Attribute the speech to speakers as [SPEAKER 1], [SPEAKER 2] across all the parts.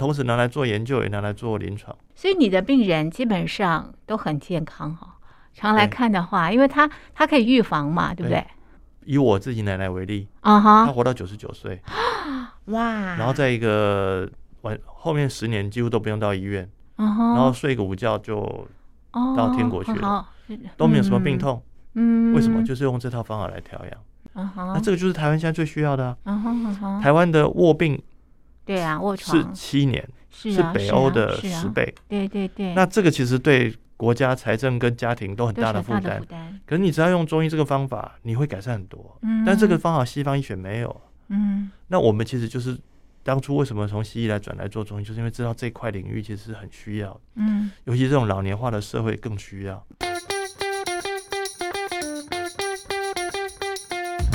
[SPEAKER 1] 同时拿来做研究，也拿来做临床。
[SPEAKER 2] 所以你的病人基本上都很健康哈、常来
[SPEAKER 1] 对
[SPEAKER 2] 看的话，因为他他可以预防嘛，对不对？
[SPEAKER 1] 以我自己奶奶为例，
[SPEAKER 2] 啊
[SPEAKER 1] 她
[SPEAKER 2] 哈，
[SPEAKER 1] 活到九十九岁，
[SPEAKER 2] 哇，
[SPEAKER 1] 然后在一个晚后面十年几乎都不用到医院，
[SPEAKER 2] 嗯哼，
[SPEAKER 1] 然后睡个午觉就
[SPEAKER 2] 后
[SPEAKER 1] 到天国去了
[SPEAKER 2] 了，
[SPEAKER 1] 都没有什么病痛。
[SPEAKER 2] 嗯，嗯，
[SPEAKER 1] 为什么？就是用这套方法来调养。啊
[SPEAKER 2] 嗯哼，
[SPEAKER 1] 那这个就是台湾现在最需要的啊。
[SPEAKER 2] 嗯哼嗯哼，
[SPEAKER 1] 台湾的卧病
[SPEAKER 2] 对啊，卧
[SPEAKER 1] 是
[SPEAKER 2] 床
[SPEAKER 1] 七年，
[SPEAKER 2] 是
[SPEAKER 1] 是
[SPEAKER 2] 啊
[SPEAKER 1] 北欧
[SPEAKER 2] 啊
[SPEAKER 1] 的
[SPEAKER 2] 是啊哎
[SPEAKER 1] 十倍。
[SPEAKER 2] 对对对，
[SPEAKER 1] 那这个其实对国家财政跟家庭都很
[SPEAKER 2] 都是
[SPEAKER 1] 大的
[SPEAKER 2] 很
[SPEAKER 1] 负
[SPEAKER 2] 大的
[SPEAKER 1] 担
[SPEAKER 2] 负。担，
[SPEAKER 1] 可是你只要用中医这个方法，你会改善很多。
[SPEAKER 2] 嗯，
[SPEAKER 1] 但这个方法西方医学没有。
[SPEAKER 2] 嗯
[SPEAKER 1] 那我们其实就是当初为什么从西医来转来做中医，就是因为知道这一块领域其实是很需要的，
[SPEAKER 2] 嗯
[SPEAKER 1] 尤其这种老年化的社会更需要。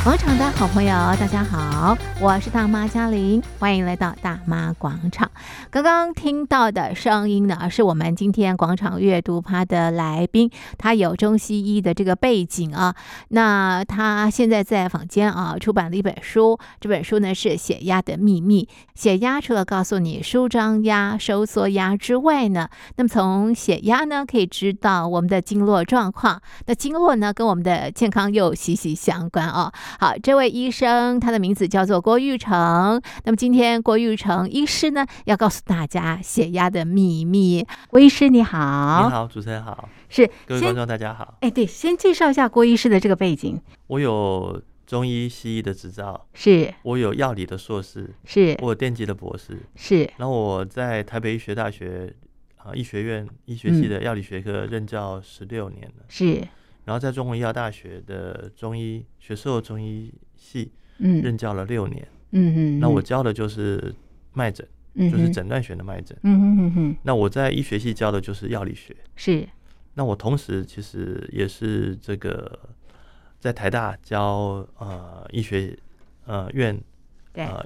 [SPEAKER 3] 广场的好朋友，大家好，我是大妈嘉玲，欢迎来到大妈广场。刚刚听到的声音呢，是我们今天广场阅读趴的来宾，他有中西医的这个背景啊。那他现在在坊间啊出版了一本书，这本书呢是《血压的秘密》。血压除了告诉你舒张压、收缩压之外呢，那么从血压呢可以知道我们的经络状况。那经络呢跟我们的健康又息息相关哦。好，这位医生他的名字叫做郭玉成。那么今天郭玉成医师呢，要告诉大家血压的秘密。郭医师你好，
[SPEAKER 1] 你好，主持人好，
[SPEAKER 2] 是
[SPEAKER 1] 各位观
[SPEAKER 2] 先
[SPEAKER 1] 众大家好。
[SPEAKER 2] 哎对，先介绍一下郭医师的这个背景，
[SPEAKER 1] 我有中医、西医的执照，
[SPEAKER 2] 是
[SPEAKER 1] 我有药理的硕士，
[SPEAKER 2] 是
[SPEAKER 1] 我有电机的博士，
[SPEAKER 2] 是，
[SPEAKER 1] 然后我在台北医学大学啊、呃医学院医学
[SPEAKER 2] 嗯
[SPEAKER 1] 系的药理学科任教十六年了，
[SPEAKER 2] 是
[SPEAKER 1] 然后在中国医药大学的中医学硕中医系
[SPEAKER 2] 嗯嗯
[SPEAKER 1] 任教了六年。
[SPEAKER 2] 嗯，
[SPEAKER 1] 那我
[SPEAKER 2] 嗯
[SPEAKER 1] 教的就是脉诊，
[SPEAKER 2] 嗯
[SPEAKER 1] 就是
[SPEAKER 2] 哼
[SPEAKER 1] 诊断学的脉诊。
[SPEAKER 2] 嗯哼嗯哼，
[SPEAKER 1] 那我在医学系教的就是药理学。
[SPEAKER 2] 是
[SPEAKER 1] 那我同时其实也是这个在台大教呃医学呃院
[SPEAKER 2] 对，
[SPEAKER 1] 呃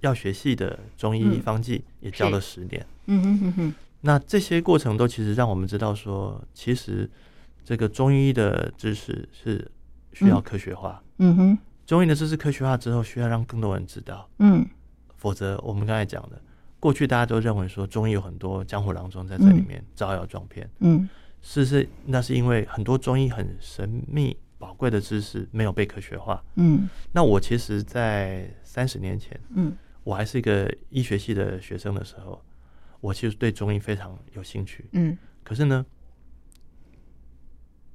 [SPEAKER 1] 药学系的中医
[SPEAKER 2] 嗯
[SPEAKER 1] 方剂也教了十年。
[SPEAKER 2] 嗯哼嗯哼，
[SPEAKER 1] 那这些过程都其实让我们知道说，其实这个中医的知识是需要
[SPEAKER 2] 嗯
[SPEAKER 1] 科学化。
[SPEAKER 2] 嗯哼，
[SPEAKER 1] 中医的知识科学化之后，需要让更多人知道，
[SPEAKER 2] 嗯
[SPEAKER 1] 否则我们刚才讲的，过去大家都认为说中医有很多江湖郎中在这里
[SPEAKER 2] 嗯
[SPEAKER 1] 面招摇撞骗。
[SPEAKER 2] 嗯
[SPEAKER 1] 是是，那是因为很多中医很神秘宝贵的知识没有被科学化。
[SPEAKER 2] 嗯
[SPEAKER 1] 那我其实，在三十年前，
[SPEAKER 2] 嗯
[SPEAKER 1] 我还是一个医学系的学生的时候，我其实对中医非常有兴趣。
[SPEAKER 2] 嗯
[SPEAKER 1] 可是呢，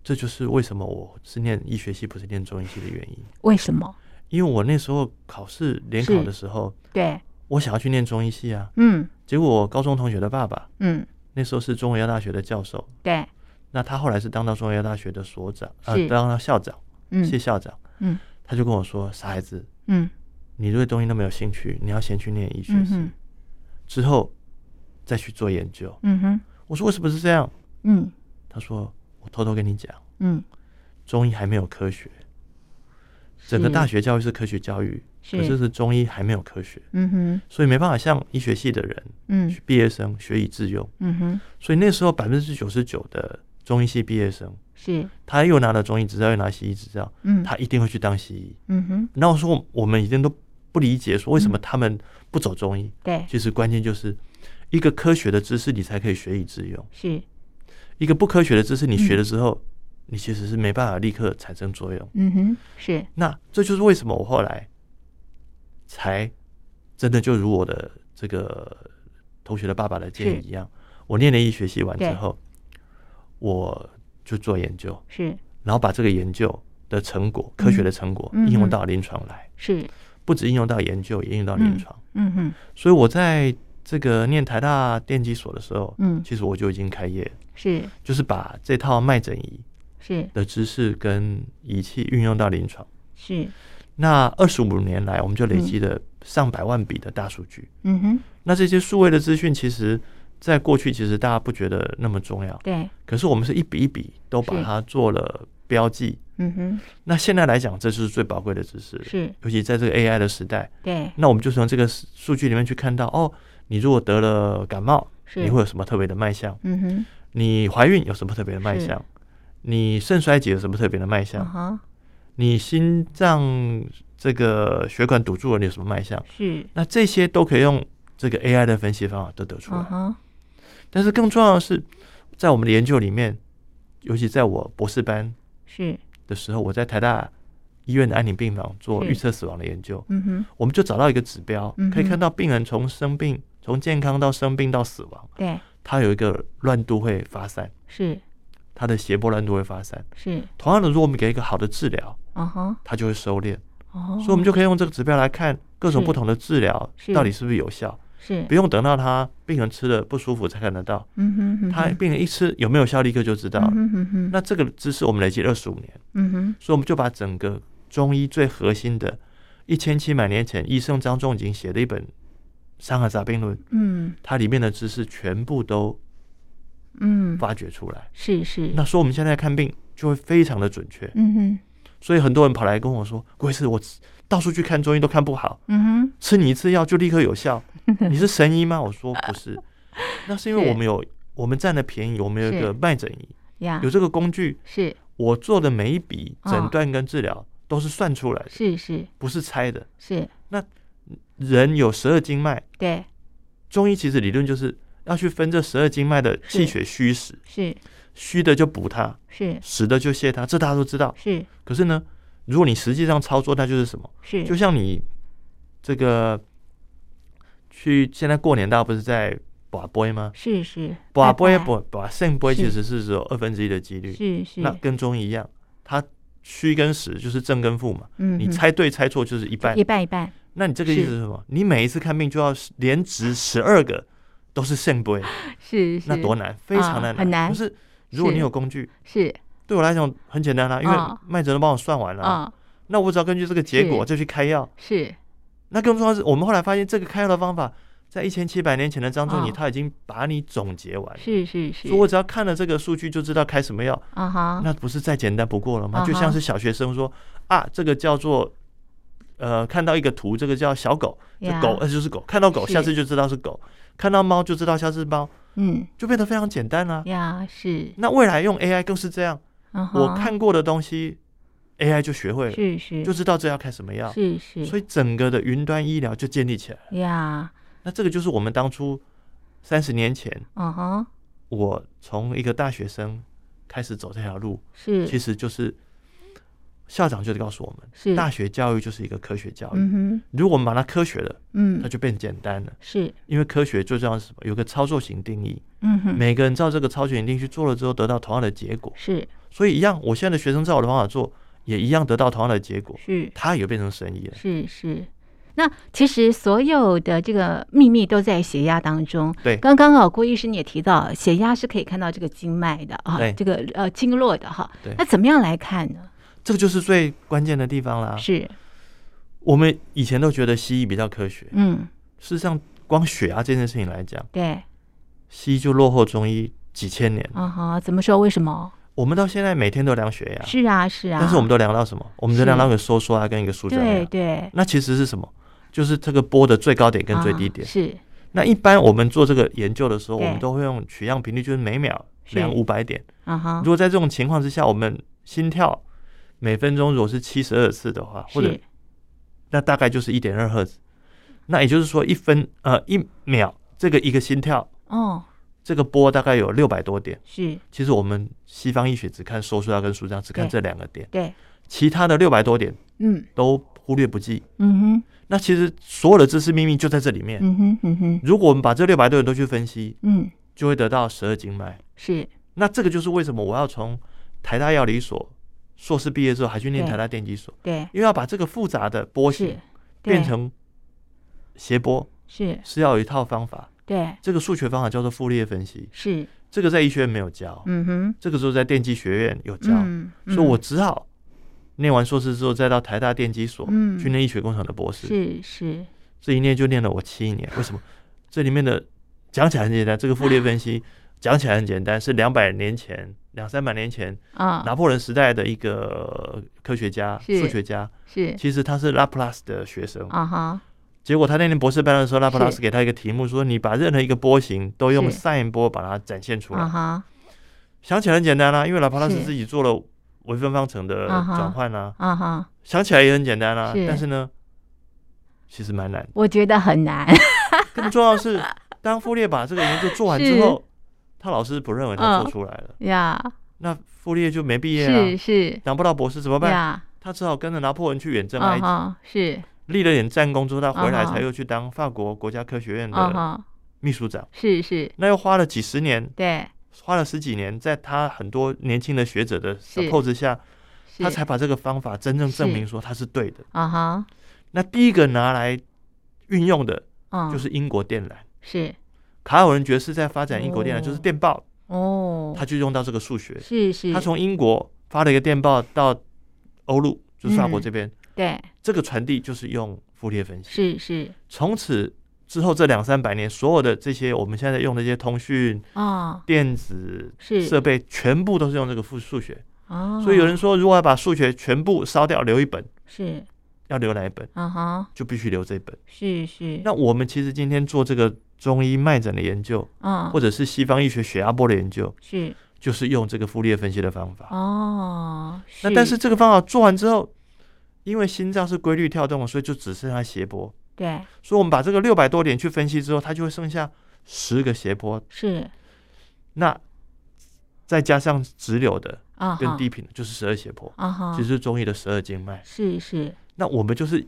[SPEAKER 1] 这就是为什么我是念医学系不是念中医系的原因，
[SPEAKER 2] 为什么？
[SPEAKER 1] 因为我那时候考试联考
[SPEAKER 2] 是
[SPEAKER 1] 的时候，
[SPEAKER 2] 对，
[SPEAKER 1] 我想要去念中医系啊，
[SPEAKER 2] 嗯
[SPEAKER 1] 结果我高中同学的爸爸
[SPEAKER 2] 嗯
[SPEAKER 1] 那时候是中国药大学的教授，
[SPEAKER 2] 对，
[SPEAKER 1] 那他后来是当到中国药大学的所长，呃
[SPEAKER 2] 是，
[SPEAKER 1] 当到校长。谢
[SPEAKER 2] 嗯
[SPEAKER 1] 校长，
[SPEAKER 2] 嗯，
[SPEAKER 1] 他就跟我说：“傻孩子，
[SPEAKER 2] 嗯
[SPEAKER 1] 你对东西那么有兴趣，你要先去念医学
[SPEAKER 2] 嗯
[SPEAKER 1] 系，
[SPEAKER 2] 哼
[SPEAKER 1] 之后再去做研究。
[SPEAKER 2] 嗯哼”
[SPEAKER 1] 我说：“为什么是这样
[SPEAKER 2] 嗯？”
[SPEAKER 1] 他说：“我偷偷跟你讲，
[SPEAKER 2] 嗯，
[SPEAKER 1] 中医还没有科学，整个
[SPEAKER 2] 是
[SPEAKER 1] 大学教育是科学教育，可是
[SPEAKER 2] 是
[SPEAKER 1] 是中医还没有科学，
[SPEAKER 2] 嗯哼
[SPEAKER 1] 所以没办法像医学系的人、
[SPEAKER 2] 嗯
[SPEAKER 1] 毕业生学以致用。
[SPEAKER 2] 嗯哼
[SPEAKER 1] 所以那时候百分之九十九的中医系毕业生，
[SPEAKER 2] 是
[SPEAKER 1] 他又拿了中医执照，又拿西医执照，
[SPEAKER 2] 嗯
[SPEAKER 1] 他一定会去当西医。
[SPEAKER 2] 嗯哼
[SPEAKER 1] 然后说我们已经都不理解，说为什么
[SPEAKER 2] 嗯
[SPEAKER 1] 他们不走中医？
[SPEAKER 2] 对
[SPEAKER 1] 其实关键就是一个科学的知识，你才可以学以致用；
[SPEAKER 2] 是
[SPEAKER 1] 一个不科学的知识，你学了之后，你其实是没办法立刻产生作用。
[SPEAKER 2] 嗯哼是
[SPEAKER 1] 那这就是为什么我后来才真的就如我的这个同学的爸爸的建议一样，我念了医学系完之
[SPEAKER 2] 对
[SPEAKER 1] 后，我就做研究，
[SPEAKER 2] 是
[SPEAKER 1] 然后把这个研究的成果、科学的成果
[SPEAKER 2] 嗯
[SPEAKER 1] 应用
[SPEAKER 2] 嗯
[SPEAKER 1] 到临床来。
[SPEAKER 2] 是
[SPEAKER 1] 不止应用到研究，也应用到临床。
[SPEAKER 2] 嗯哼
[SPEAKER 1] 所以我在这个念台大电机所的时候，
[SPEAKER 2] 嗯
[SPEAKER 1] 其实我就已经开业了，
[SPEAKER 2] 是
[SPEAKER 1] 就是把这套脉诊仪
[SPEAKER 2] 是
[SPEAKER 1] 的知识跟仪器运用到临床。
[SPEAKER 2] 是
[SPEAKER 1] 那二十五年来，我们就累积了上百万笔的大数据。
[SPEAKER 2] 嗯哼
[SPEAKER 1] 那这些数位的资讯，其实在过去其实大家不觉得那么重要，
[SPEAKER 2] 对
[SPEAKER 1] 可是我们是一笔一笔都把
[SPEAKER 2] 是
[SPEAKER 1] 它做了标记。
[SPEAKER 2] 嗯哼
[SPEAKER 1] 那现在来讲，这就是最宝贵的知识，
[SPEAKER 2] 是
[SPEAKER 1] 尤其在这个 AI 的时代，
[SPEAKER 2] 对
[SPEAKER 1] 那我们就从这个数数据里面去看到，哦，你如果得了感冒，
[SPEAKER 2] 是
[SPEAKER 1] 你会有什么特别的卖相？
[SPEAKER 2] 嗯哼
[SPEAKER 1] 你怀孕有什么特别的卖
[SPEAKER 2] 是
[SPEAKER 1] 相？你肾衰竭有什么特别的卖
[SPEAKER 2] 啊
[SPEAKER 1] 相？
[SPEAKER 2] 哈
[SPEAKER 1] 你心脏这个血管堵住了，你有什么卖相？
[SPEAKER 2] 是
[SPEAKER 1] 那这些都可以用这个 AI 的分析方法都得出来。
[SPEAKER 2] 嗯哼，
[SPEAKER 1] 但是更重要的是，在我们的研究里面，尤其在我博士班
[SPEAKER 2] 是，
[SPEAKER 1] 的时候，我在台大医院的安宁病房做
[SPEAKER 2] 是
[SPEAKER 1] 预测死亡的研究，
[SPEAKER 2] 嗯哼，
[SPEAKER 1] 我们就找到一个指标
[SPEAKER 2] 嗯哼，
[SPEAKER 1] 可以看到病人从生病、从健康到生病到死亡，
[SPEAKER 2] 对，
[SPEAKER 1] 它有一个乱度会发散，
[SPEAKER 2] 是
[SPEAKER 1] 它的斜坡乱度会发散。
[SPEAKER 2] 是，
[SPEAKER 1] 同样的，如果我们给一个好的治疗，
[SPEAKER 2] 嗯哼，
[SPEAKER 1] 它就会收敛，
[SPEAKER 2] 哦，
[SPEAKER 1] 所以我们就可以用这个指标来看各种
[SPEAKER 2] 是
[SPEAKER 1] 不同的治疗
[SPEAKER 2] 是
[SPEAKER 1] 到底是不是有效，
[SPEAKER 2] 是
[SPEAKER 1] 不，用等到他病人吃了不舒服才看得到，
[SPEAKER 2] 嗯哼嗯哼，
[SPEAKER 1] 他病人一吃有没有效立刻就知道
[SPEAKER 2] 嗯
[SPEAKER 1] 了。
[SPEAKER 2] 哼嗯哼，
[SPEAKER 1] 那这个知识我们累积二十五年。
[SPEAKER 2] 嗯哼，
[SPEAKER 1] 所以我们就把整个中医最核心的，一千七百年前医圣张仲景写的一本《伤寒杂病论》，
[SPEAKER 2] 嗯
[SPEAKER 1] 它里面的知识全部都
[SPEAKER 2] 嗯，
[SPEAKER 1] 发掘出来。
[SPEAKER 2] 是是，
[SPEAKER 1] 那说我们现在看病就会非常的准确，
[SPEAKER 2] 嗯哼
[SPEAKER 1] 所以很多人跑来跟我说：“郭医师，我到处去看中医都看不好，
[SPEAKER 2] 嗯哼，
[SPEAKER 1] 吃你一次药就立刻有 效，你是神医吗？”我说：“不是，那是因为
[SPEAKER 2] 是
[SPEAKER 1] 我们有我们占了便宜，我们有一
[SPEAKER 2] 是
[SPEAKER 1] 个脉诊仪，
[SPEAKER 2] 呀
[SPEAKER 1] 有，这个工具，
[SPEAKER 2] 是
[SPEAKER 1] 我做的每一笔
[SPEAKER 2] 哦
[SPEAKER 1] 诊断跟治疗都是算出来的，
[SPEAKER 2] 是是
[SPEAKER 1] 不是猜的。”
[SPEAKER 2] 是，
[SPEAKER 1] 人有十二经脉，
[SPEAKER 2] 对，
[SPEAKER 1] 中医其实理论就是要去分这十二经脉的气血虚实，
[SPEAKER 2] 是
[SPEAKER 1] 虚的就补它，
[SPEAKER 2] 是
[SPEAKER 1] 实的就泻它，这大家都知道。
[SPEAKER 2] 是
[SPEAKER 1] 可是呢，如果你实际上操作，那就是什么？
[SPEAKER 2] 是，
[SPEAKER 1] 就像你这个去现在过年，大家不是在把杯吗？
[SPEAKER 2] 是是，
[SPEAKER 1] 把
[SPEAKER 2] 拜
[SPEAKER 1] 杯
[SPEAKER 2] 拜
[SPEAKER 1] 把把圣杯
[SPEAKER 2] 是
[SPEAKER 1] 其实是只有二分之一的几率，
[SPEAKER 2] 是是，
[SPEAKER 1] 那跟中医一样，它虚跟实就是正跟负嘛，
[SPEAKER 2] 嗯
[SPEAKER 1] 你
[SPEAKER 2] 哼
[SPEAKER 1] 猜对猜错就是一半
[SPEAKER 2] 一，半一半，
[SPEAKER 1] 那你这个意思
[SPEAKER 2] 是
[SPEAKER 1] 是什么？你每一次看病就要连值十二个都是圣杯，
[SPEAKER 2] 是是，
[SPEAKER 1] 那多难，非常难，
[SPEAKER 2] 很难
[SPEAKER 1] 可是如果
[SPEAKER 2] 是
[SPEAKER 1] 你有工具，
[SPEAKER 2] 是对
[SPEAKER 1] 对我来讲很简单啦、因
[SPEAKER 2] 啊
[SPEAKER 1] 为麦哲都帮我算完了、
[SPEAKER 2] 啊，
[SPEAKER 1] 那我只要根据这个结果
[SPEAKER 2] 是
[SPEAKER 1] 再去开药。
[SPEAKER 2] 是
[SPEAKER 1] 那更重要的是，我们后来发现这个开药的方法，在一千七百年前的张仲景
[SPEAKER 2] 啊
[SPEAKER 1] 他已经把你总结完了。
[SPEAKER 2] 是是是
[SPEAKER 1] 所以，我只要看了这个数据就知道开什么药，
[SPEAKER 2] 啊哈，
[SPEAKER 1] 那不是再简单不过了
[SPEAKER 2] 啊
[SPEAKER 1] 吗？
[SPEAKER 2] 哈
[SPEAKER 1] 就像是小学生说啊，这个叫做呃，看到一个图，这个叫小狗，这
[SPEAKER 2] 呀
[SPEAKER 1] 狗呃就是狗，看到狗
[SPEAKER 2] 是
[SPEAKER 1] 下次就知道是狗，看到猫就知道下次是猫，
[SPEAKER 2] 嗯
[SPEAKER 1] 就变得非常简单啦、
[SPEAKER 2] 呀是，
[SPEAKER 1] 那未来用 AI 更是这样，
[SPEAKER 2] 啊哈
[SPEAKER 1] 我看过的东西，AI 就学会了，
[SPEAKER 2] 是是
[SPEAKER 1] 就知道这要开什么药，
[SPEAKER 2] 是是，
[SPEAKER 1] 所以整个的云端医疗就建立起来了。
[SPEAKER 2] 以呀，
[SPEAKER 1] 那这个就是我们当初三十年前，
[SPEAKER 2] 啊哈
[SPEAKER 1] 我从一个大学生开始走这条路，
[SPEAKER 2] 是
[SPEAKER 1] 其实就是校长就告诉我们，
[SPEAKER 2] 是
[SPEAKER 1] 大学教育就是一个科学教育。
[SPEAKER 2] 嗯嗯哼
[SPEAKER 1] 如果我们把它科学了，它
[SPEAKER 2] 嗯
[SPEAKER 1] 就变简单了。
[SPEAKER 2] 是
[SPEAKER 1] 因为科学最重要的是什么？有个操作型定义，
[SPEAKER 2] 嗯哼
[SPEAKER 1] 每个人照这个操作型定义去做了之后，得到同样的结果。
[SPEAKER 2] 是
[SPEAKER 1] 所以一样，我现在的学生照我的方法做，也一样得到同样的结果，
[SPEAKER 2] 是
[SPEAKER 1] 他也变成神医了。
[SPEAKER 2] 是是。那其实所有的这个秘密都在血压当中。
[SPEAKER 1] 对
[SPEAKER 2] 刚刚啊，郭医师你也提到，血压是可以看到这个经脉的啊，
[SPEAKER 1] 对
[SPEAKER 2] 这个呃经络的哈
[SPEAKER 1] 对。
[SPEAKER 2] 那怎么样来看呢？
[SPEAKER 1] 这个就是最关键的地方啦。
[SPEAKER 2] 是，
[SPEAKER 1] 我们以前都觉得西医比较科学，
[SPEAKER 2] 嗯，
[SPEAKER 1] 事实上，光血压这件事情来讲，
[SPEAKER 2] 对，
[SPEAKER 1] 西医就落后中医几千年。
[SPEAKER 2] 啊哈，怎么说？为什么？
[SPEAKER 1] 我们到现在每天都量血压，
[SPEAKER 2] 是啊，是啊。
[SPEAKER 1] 但是我们都量到什么？我们
[SPEAKER 2] 是
[SPEAKER 1] 都量到一个收缩压啊跟一个舒张
[SPEAKER 2] 对
[SPEAKER 1] 压。
[SPEAKER 2] 对
[SPEAKER 1] 那其实是什么？就是这个波的最高点跟最
[SPEAKER 2] 啊
[SPEAKER 1] 低点。
[SPEAKER 2] 是
[SPEAKER 1] 那一般我们做这个研究的时候，
[SPEAKER 2] 对
[SPEAKER 1] 我们都会用取样频率，就是每秒
[SPEAKER 2] 是
[SPEAKER 1] 量五百点。
[SPEAKER 2] 啊哈
[SPEAKER 1] 如，果在这种情况之下，我们心跳每分钟如果是七十二次的话，或者
[SPEAKER 2] 是
[SPEAKER 1] 那大概就是一点二赫兹。那也就是说，一分呃一秒这个一个心跳，
[SPEAKER 2] 哦
[SPEAKER 1] 这个波大概有六百多点。
[SPEAKER 2] 是
[SPEAKER 1] 其实我们西方医学只看收缩压跟舒张，只看
[SPEAKER 2] 对
[SPEAKER 1] 这两个点，
[SPEAKER 2] 对
[SPEAKER 1] 其他的六百多点
[SPEAKER 2] 嗯
[SPEAKER 1] 都忽略不计。
[SPEAKER 2] 嗯哼
[SPEAKER 1] 那其实所有的知识秘密就在这里面。
[SPEAKER 2] 嗯哼嗯哼
[SPEAKER 1] 如果我们把这六百多点都去分析，
[SPEAKER 2] 嗯
[SPEAKER 1] 就会得到十二经脉。
[SPEAKER 2] 是
[SPEAKER 1] 那这个就是为什么我要从台大药理所硕士毕业之后，还去念
[SPEAKER 2] 对
[SPEAKER 1] 台大电机所。
[SPEAKER 2] 对
[SPEAKER 1] 因为要把这个复杂的波
[SPEAKER 2] 是
[SPEAKER 1] 形
[SPEAKER 2] 对
[SPEAKER 1] 变成谐波，
[SPEAKER 2] 是
[SPEAKER 1] 是要有一套方法。
[SPEAKER 2] 对
[SPEAKER 1] 这个数学方法叫做傅立叶分析，
[SPEAKER 2] 是
[SPEAKER 1] 这个在医学院没有教，
[SPEAKER 2] 嗯哼
[SPEAKER 1] 这个时候在电机学院有教，
[SPEAKER 2] 嗯，
[SPEAKER 1] 所以我
[SPEAKER 2] 嗯
[SPEAKER 1] 只好念完硕士之后，再到台大电机所、
[SPEAKER 2] 嗯
[SPEAKER 1] 去念医学工厂的博士。
[SPEAKER 2] 是是
[SPEAKER 1] 这一念就念了我七年，为什么？这里面的讲起来很简单，这个傅立叶分 析讲起来很简单，是两百年前、两三百年前
[SPEAKER 2] 啊
[SPEAKER 1] 拿破仑时代的一个科学家、
[SPEAKER 2] 是
[SPEAKER 1] 数学家，
[SPEAKER 2] 是
[SPEAKER 1] 其实他是拉普拉斯的学生。
[SPEAKER 2] 啊哈
[SPEAKER 1] 结果他那年博士班的时候，拉普拉斯
[SPEAKER 2] 是
[SPEAKER 1] 给他一个题目，说你把任何一个波形都用
[SPEAKER 2] 是
[SPEAKER 1] sin 波把它展现出
[SPEAKER 2] 啊
[SPEAKER 1] 来。
[SPEAKER 2] 哈
[SPEAKER 1] 想起来很简单啦、啊因为拉普拉斯
[SPEAKER 2] 是
[SPEAKER 1] 自己做了微分方程的
[SPEAKER 2] 啊哈
[SPEAKER 1] 转换啦、
[SPEAKER 2] 啊哈，
[SPEAKER 1] 想起来也很简单啦、啊
[SPEAKER 2] 是
[SPEAKER 1] 但是呢，其实蛮难的。
[SPEAKER 2] 我觉得很难，
[SPEAKER 1] 更重要的是，当傅烈把这个研究做完之后，他老师不认为他
[SPEAKER 2] 嗯
[SPEAKER 1] 做出来了，
[SPEAKER 2] 呀，
[SPEAKER 1] 那傅烈就没毕业
[SPEAKER 2] 是
[SPEAKER 1] 啊，
[SPEAKER 2] 是
[SPEAKER 1] 拿不到博士怎么办？
[SPEAKER 2] 呀，
[SPEAKER 1] 他只好跟着拿破仑去远征埃及，
[SPEAKER 2] 嗯哼，是
[SPEAKER 1] 立了点战功之后，他回来
[SPEAKER 2] 嗯哼
[SPEAKER 1] 才又去当法国国家科学院
[SPEAKER 2] 嗯
[SPEAKER 1] 的
[SPEAKER 2] 哼，
[SPEAKER 1] 秘书长，
[SPEAKER 2] 是是，
[SPEAKER 1] 那又花了几十年，
[SPEAKER 2] 对，
[SPEAKER 1] 花了十几年，在他很多年轻的学者的
[SPEAKER 2] 是
[SPEAKER 1] support 下，
[SPEAKER 2] 是
[SPEAKER 1] 他才把这个方法真正证明说他是对的。
[SPEAKER 2] 啊哈，
[SPEAKER 1] 那第一个拿来运用的
[SPEAKER 2] 嗯，
[SPEAKER 1] 就是英国电缆，
[SPEAKER 2] 是
[SPEAKER 1] 卡尔文爵士在发展英国电缆，
[SPEAKER 2] 哦
[SPEAKER 1] 就是电报，
[SPEAKER 2] 哦，
[SPEAKER 1] 他就用到这个数学。
[SPEAKER 2] 是嗯是，
[SPEAKER 1] 他从英国发了一个电报到欧陆，就是法国这边，
[SPEAKER 2] 对，
[SPEAKER 1] 这个传递就是用傅立叶分析。
[SPEAKER 2] 是是
[SPEAKER 1] 从此之后这两三百年，所有的这些我们现在用的这些通讯、
[SPEAKER 2] 哦
[SPEAKER 1] 电子
[SPEAKER 2] 是
[SPEAKER 1] 设备，全部都是用这个数数学。
[SPEAKER 2] 哦，
[SPEAKER 1] 所以有人说，如果要把数学全部烧掉，留一本，
[SPEAKER 2] 是
[SPEAKER 1] 要留哪一本？
[SPEAKER 2] 啊哈，
[SPEAKER 1] 就必须留这一本。
[SPEAKER 2] 是是，
[SPEAKER 1] 那我们其实今天做这个中医脉诊的研究，
[SPEAKER 2] 嗯
[SPEAKER 1] 或者是西方医学血压波的研究，
[SPEAKER 2] 是
[SPEAKER 1] 就是用这个傅立叶分析的方法。
[SPEAKER 2] 哦，
[SPEAKER 1] 那但是这个方法做完之后，因为心脏是规律跳动的，所以就只剩下斜坡。
[SPEAKER 2] 对
[SPEAKER 1] 所以我们把这个六百多点去分析之后，它就会剩下十个斜坡。
[SPEAKER 2] 是
[SPEAKER 1] 那再加上直流的
[SPEAKER 2] 啊
[SPEAKER 1] 跟
[SPEAKER 2] 哈
[SPEAKER 1] 低频的，就是十二斜坡，
[SPEAKER 2] 啊哈
[SPEAKER 1] 其，实是中医的十二经脉。
[SPEAKER 2] 是是
[SPEAKER 1] 那我们就是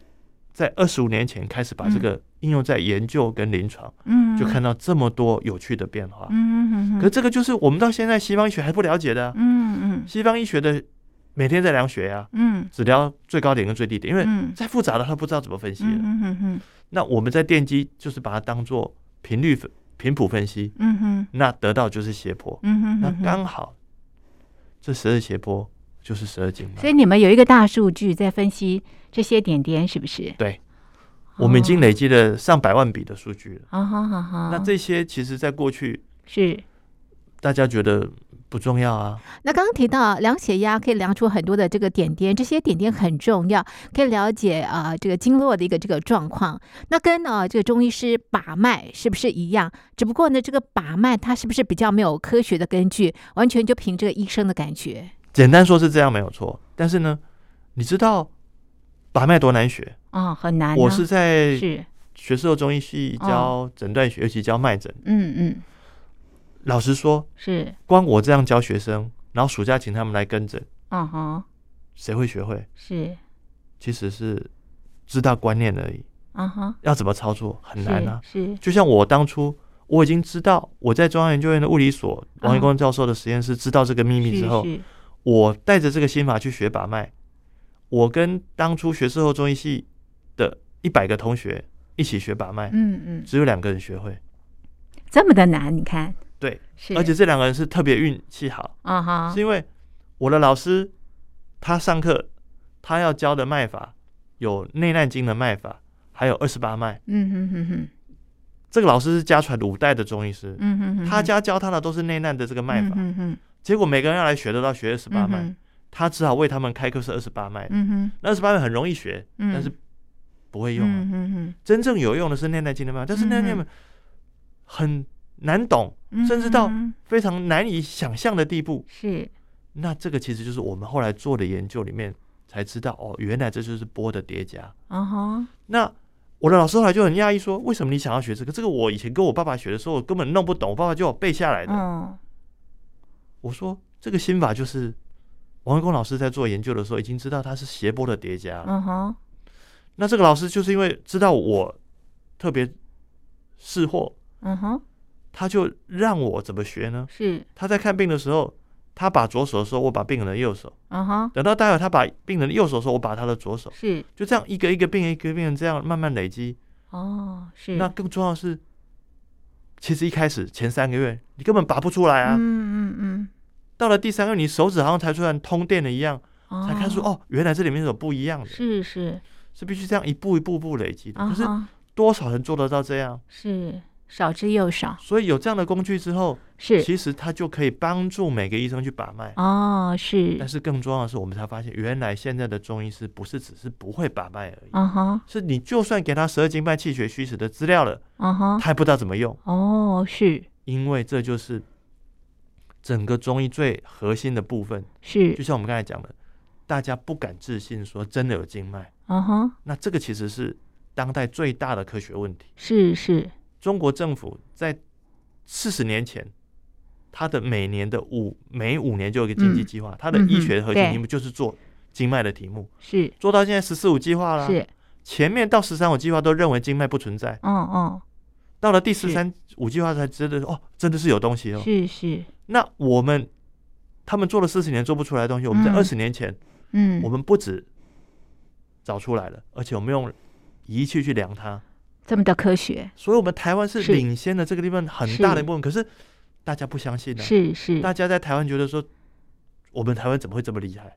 [SPEAKER 1] 在二十五年前开始把这个应用在研究跟临床，
[SPEAKER 2] 嗯，
[SPEAKER 1] 就看到这么多有趣的变化。
[SPEAKER 2] 嗯嗯嗯，
[SPEAKER 1] 可是这个就是我们到现在西方医学还不了解的啊、
[SPEAKER 2] 嗯嗯
[SPEAKER 1] 西方医学的每天在量血压、
[SPEAKER 2] 嗯
[SPEAKER 1] 只量最高点跟最低点，因为
[SPEAKER 2] 嗯
[SPEAKER 1] 再复杂的他不知道怎么分析了。
[SPEAKER 2] 嗯嗯嗯
[SPEAKER 1] 那我们在电机就是把它当做频率分频谱分析，
[SPEAKER 2] 嗯嗯
[SPEAKER 1] 那得到就是斜坡，
[SPEAKER 2] 嗯
[SPEAKER 1] 那
[SPEAKER 2] 嗯，
[SPEAKER 1] 刚好这十二斜坡就是十二经脉
[SPEAKER 2] 所。以你们有一个大数据在分析这些点点是不是？
[SPEAKER 1] 对，我们已
[SPEAKER 2] 哦
[SPEAKER 1] 经累积了上百万笔的数据了。
[SPEAKER 2] 啊哈哈哈，
[SPEAKER 1] 那这些其实在过去
[SPEAKER 2] 是
[SPEAKER 1] 大家觉得不重要啊，
[SPEAKER 3] 那刚刚提到量血压可以量出很多的这个点点，这些点点很重要，可以了解啊、呃这个经络的一个这个状况。那跟呃这个中医师把脉是不是一样？只不过呢，这个把脉它是不是比较没有科学的根据，完全就凭这个医生的感觉
[SPEAKER 1] 简单说是这样没有错。但是呢，你知道把脉多难学？
[SPEAKER 2] 啊很难啊，哦
[SPEAKER 1] 我是在
[SPEAKER 2] 是
[SPEAKER 1] 学士后中医系教诊断学，尤其教脉诊。
[SPEAKER 2] 嗯嗯
[SPEAKER 1] 老实说，
[SPEAKER 2] 是
[SPEAKER 1] 光我这样教学生，然后暑假请他们来跟诊，
[SPEAKER 2] 啊哈
[SPEAKER 1] 谁会学会？
[SPEAKER 2] 是
[SPEAKER 1] 其实是知道观念而已，
[SPEAKER 2] 啊哈
[SPEAKER 1] 要怎么操作很难啊。
[SPEAKER 2] 是
[SPEAKER 1] 就像我当初，我已经知道我在中央研究院的物理所王一
[SPEAKER 2] 嗯
[SPEAKER 1] 光教授的实验室知道这个秘密之后，
[SPEAKER 2] 是
[SPEAKER 1] 我带着这个心法去学把脉。我跟当初学士后中医系的一百个同学一起学把脉，
[SPEAKER 2] 嗯嗯
[SPEAKER 1] 只有两个人学会，
[SPEAKER 2] 这么的难，你看
[SPEAKER 1] 对，
[SPEAKER 2] 是
[SPEAKER 1] 而且这两个人是特别运气好，
[SPEAKER 2] 啊哈
[SPEAKER 1] 是因为我的老师他上课他要教的脉法有内难经的脉法，还有二十八脉。
[SPEAKER 2] 嗯哼哼哼
[SPEAKER 1] 这个老师是家传五代的中医师，
[SPEAKER 2] 嗯哼哼，
[SPEAKER 1] 他家教他的都是内难的这个脉法，
[SPEAKER 2] 嗯哼
[SPEAKER 1] 结果每个人要来学都要学二十八
[SPEAKER 2] 嗯
[SPEAKER 1] 脉，
[SPEAKER 2] 哼
[SPEAKER 1] 他只好为他们开课是二十八脉。
[SPEAKER 2] 嗯哼
[SPEAKER 1] 那二十八脉很容易学，
[SPEAKER 2] 嗯，
[SPEAKER 1] 但是不会用、啊。
[SPEAKER 2] 嗯哼哼
[SPEAKER 1] 真正有用的是内难经的脉法，但是内难经的脉法很难懂，
[SPEAKER 2] 嗯
[SPEAKER 1] 甚至到
[SPEAKER 2] 哼
[SPEAKER 1] 非常难以想象的地步。
[SPEAKER 2] 是
[SPEAKER 1] 那这个其实就是我们后来做的研究里面才知道，哦，原来这就是波的叠加。
[SPEAKER 2] 啊哈
[SPEAKER 1] 那我的老师后来就很讶异说，为什么你想要学这个？这个我以前跟我爸爸学的时候，我根本弄不懂，我爸爸叫我背下来的。
[SPEAKER 2] 嗯
[SPEAKER 1] 我说这个心法就是王维公老师在做研究的时候已经知道它是斜波的叠加了。
[SPEAKER 2] 嗯哼
[SPEAKER 1] 那这个老师就是因为知道我特别识货，
[SPEAKER 2] 嗯哼
[SPEAKER 1] 他就让我怎么学呢？
[SPEAKER 2] 是
[SPEAKER 1] 他在看病的时候，他把左手的时候，我把病人的右手；
[SPEAKER 2] 啊哈
[SPEAKER 1] 等到待会他把病人的右手的时候，我把他的左手。
[SPEAKER 2] 是
[SPEAKER 1] 就这样一个一个病人一个病人这样慢慢累积。
[SPEAKER 2] 哦是
[SPEAKER 1] 那更重要的是，其实一开始前三个月你根本拔不出来啊，
[SPEAKER 2] 嗯嗯
[SPEAKER 1] 到了第三个月你手指好像才突然通电了一样，
[SPEAKER 2] 嗯，
[SPEAKER 1] 才看出哦，原来这里面有不一样的，
[SPEAKER 2] 是是
[SPEAKER 1] 是必须这样一步一步步累积的。
[SPEAKER 2] 啊
[SPEAKER 1] 可是
[SPEAKER 2] 哈
[SPEAKER 1] 多少人做得到这样？
[SPEAKER 2] 是少之又少
[SPEAKER 1] 所以有这样的工具之后，
[SPEAKER 2] 是
[SPEAKER 1] 其实它就可以帮助每个医生去把脉。
[SPEAKER 2] 哦
[SPEAKER 1] 但
[SPEAKER 2] 是
[SPEAKER 1] 是更重要的是，我们才发现，原来现在的中医师不是只是不会把脉而已，
[SPEAKER 2] 啊哈
[SPEAKER 1] 是你就算给他十二经脉气血虚实的资料了，
[SPEAKER 2] 啊哈
[SPEAKER 1] 他还不知道怎么用。
[SPEAKER 2] 哦是
[SPEAKER 1] 因为这就是整个中医最核心的部分。
[SPEAKER 2] 是
[SPEAKER 1] 就像我们刚才讲的，大家不敢置信说真的有经脉，
[SPEAKER 2] 啊哈
[SPEAKER 1] 那这个其实是当代最大的科学问题。
[SPEAKER 2] 是是
[SPEAKER 1] 中国政府在四十年前，它的每年的五每五年就有一个经济计划，它的医学核心题目就是做经脉的题目，
[SPEAKER 2] 是
[SPEAKER 1] 做到现在十四五计划啦，
[SPEAKER 2] 是，
[SPEAKER 1] 前面到十三五计划都认为经脉不存在，
[SPEAKER 2] 嗯嗯，
[SPEAKER 1] 到了第十三五计划才真的哦，真的是有东西哦。
[SPEAKER 2] 是是，
[SPEAKER 1] 那我们他们做了四十年做不出来的东西，我们在
[SPEAKER 2] 嗯
[SPEAKER 1] 二十年前，
[SPEAKER 2] 嗯，
[SPEAKER 1] 我们不止找出来了，而且我们用仪器去量它，
[SPEAKER 2] 这么的科学，
[SPEAKER 1] 所以我们台湾是
[SPEAKER 2] 是
[SPEAKER 1] 领先的这个地方很大的一部分。可是大家不相信呢、
[SPEAKER 2] 是是
[SPEAKER 1] 大家在台湾觉得说，我们台湾怎么会这么厉害？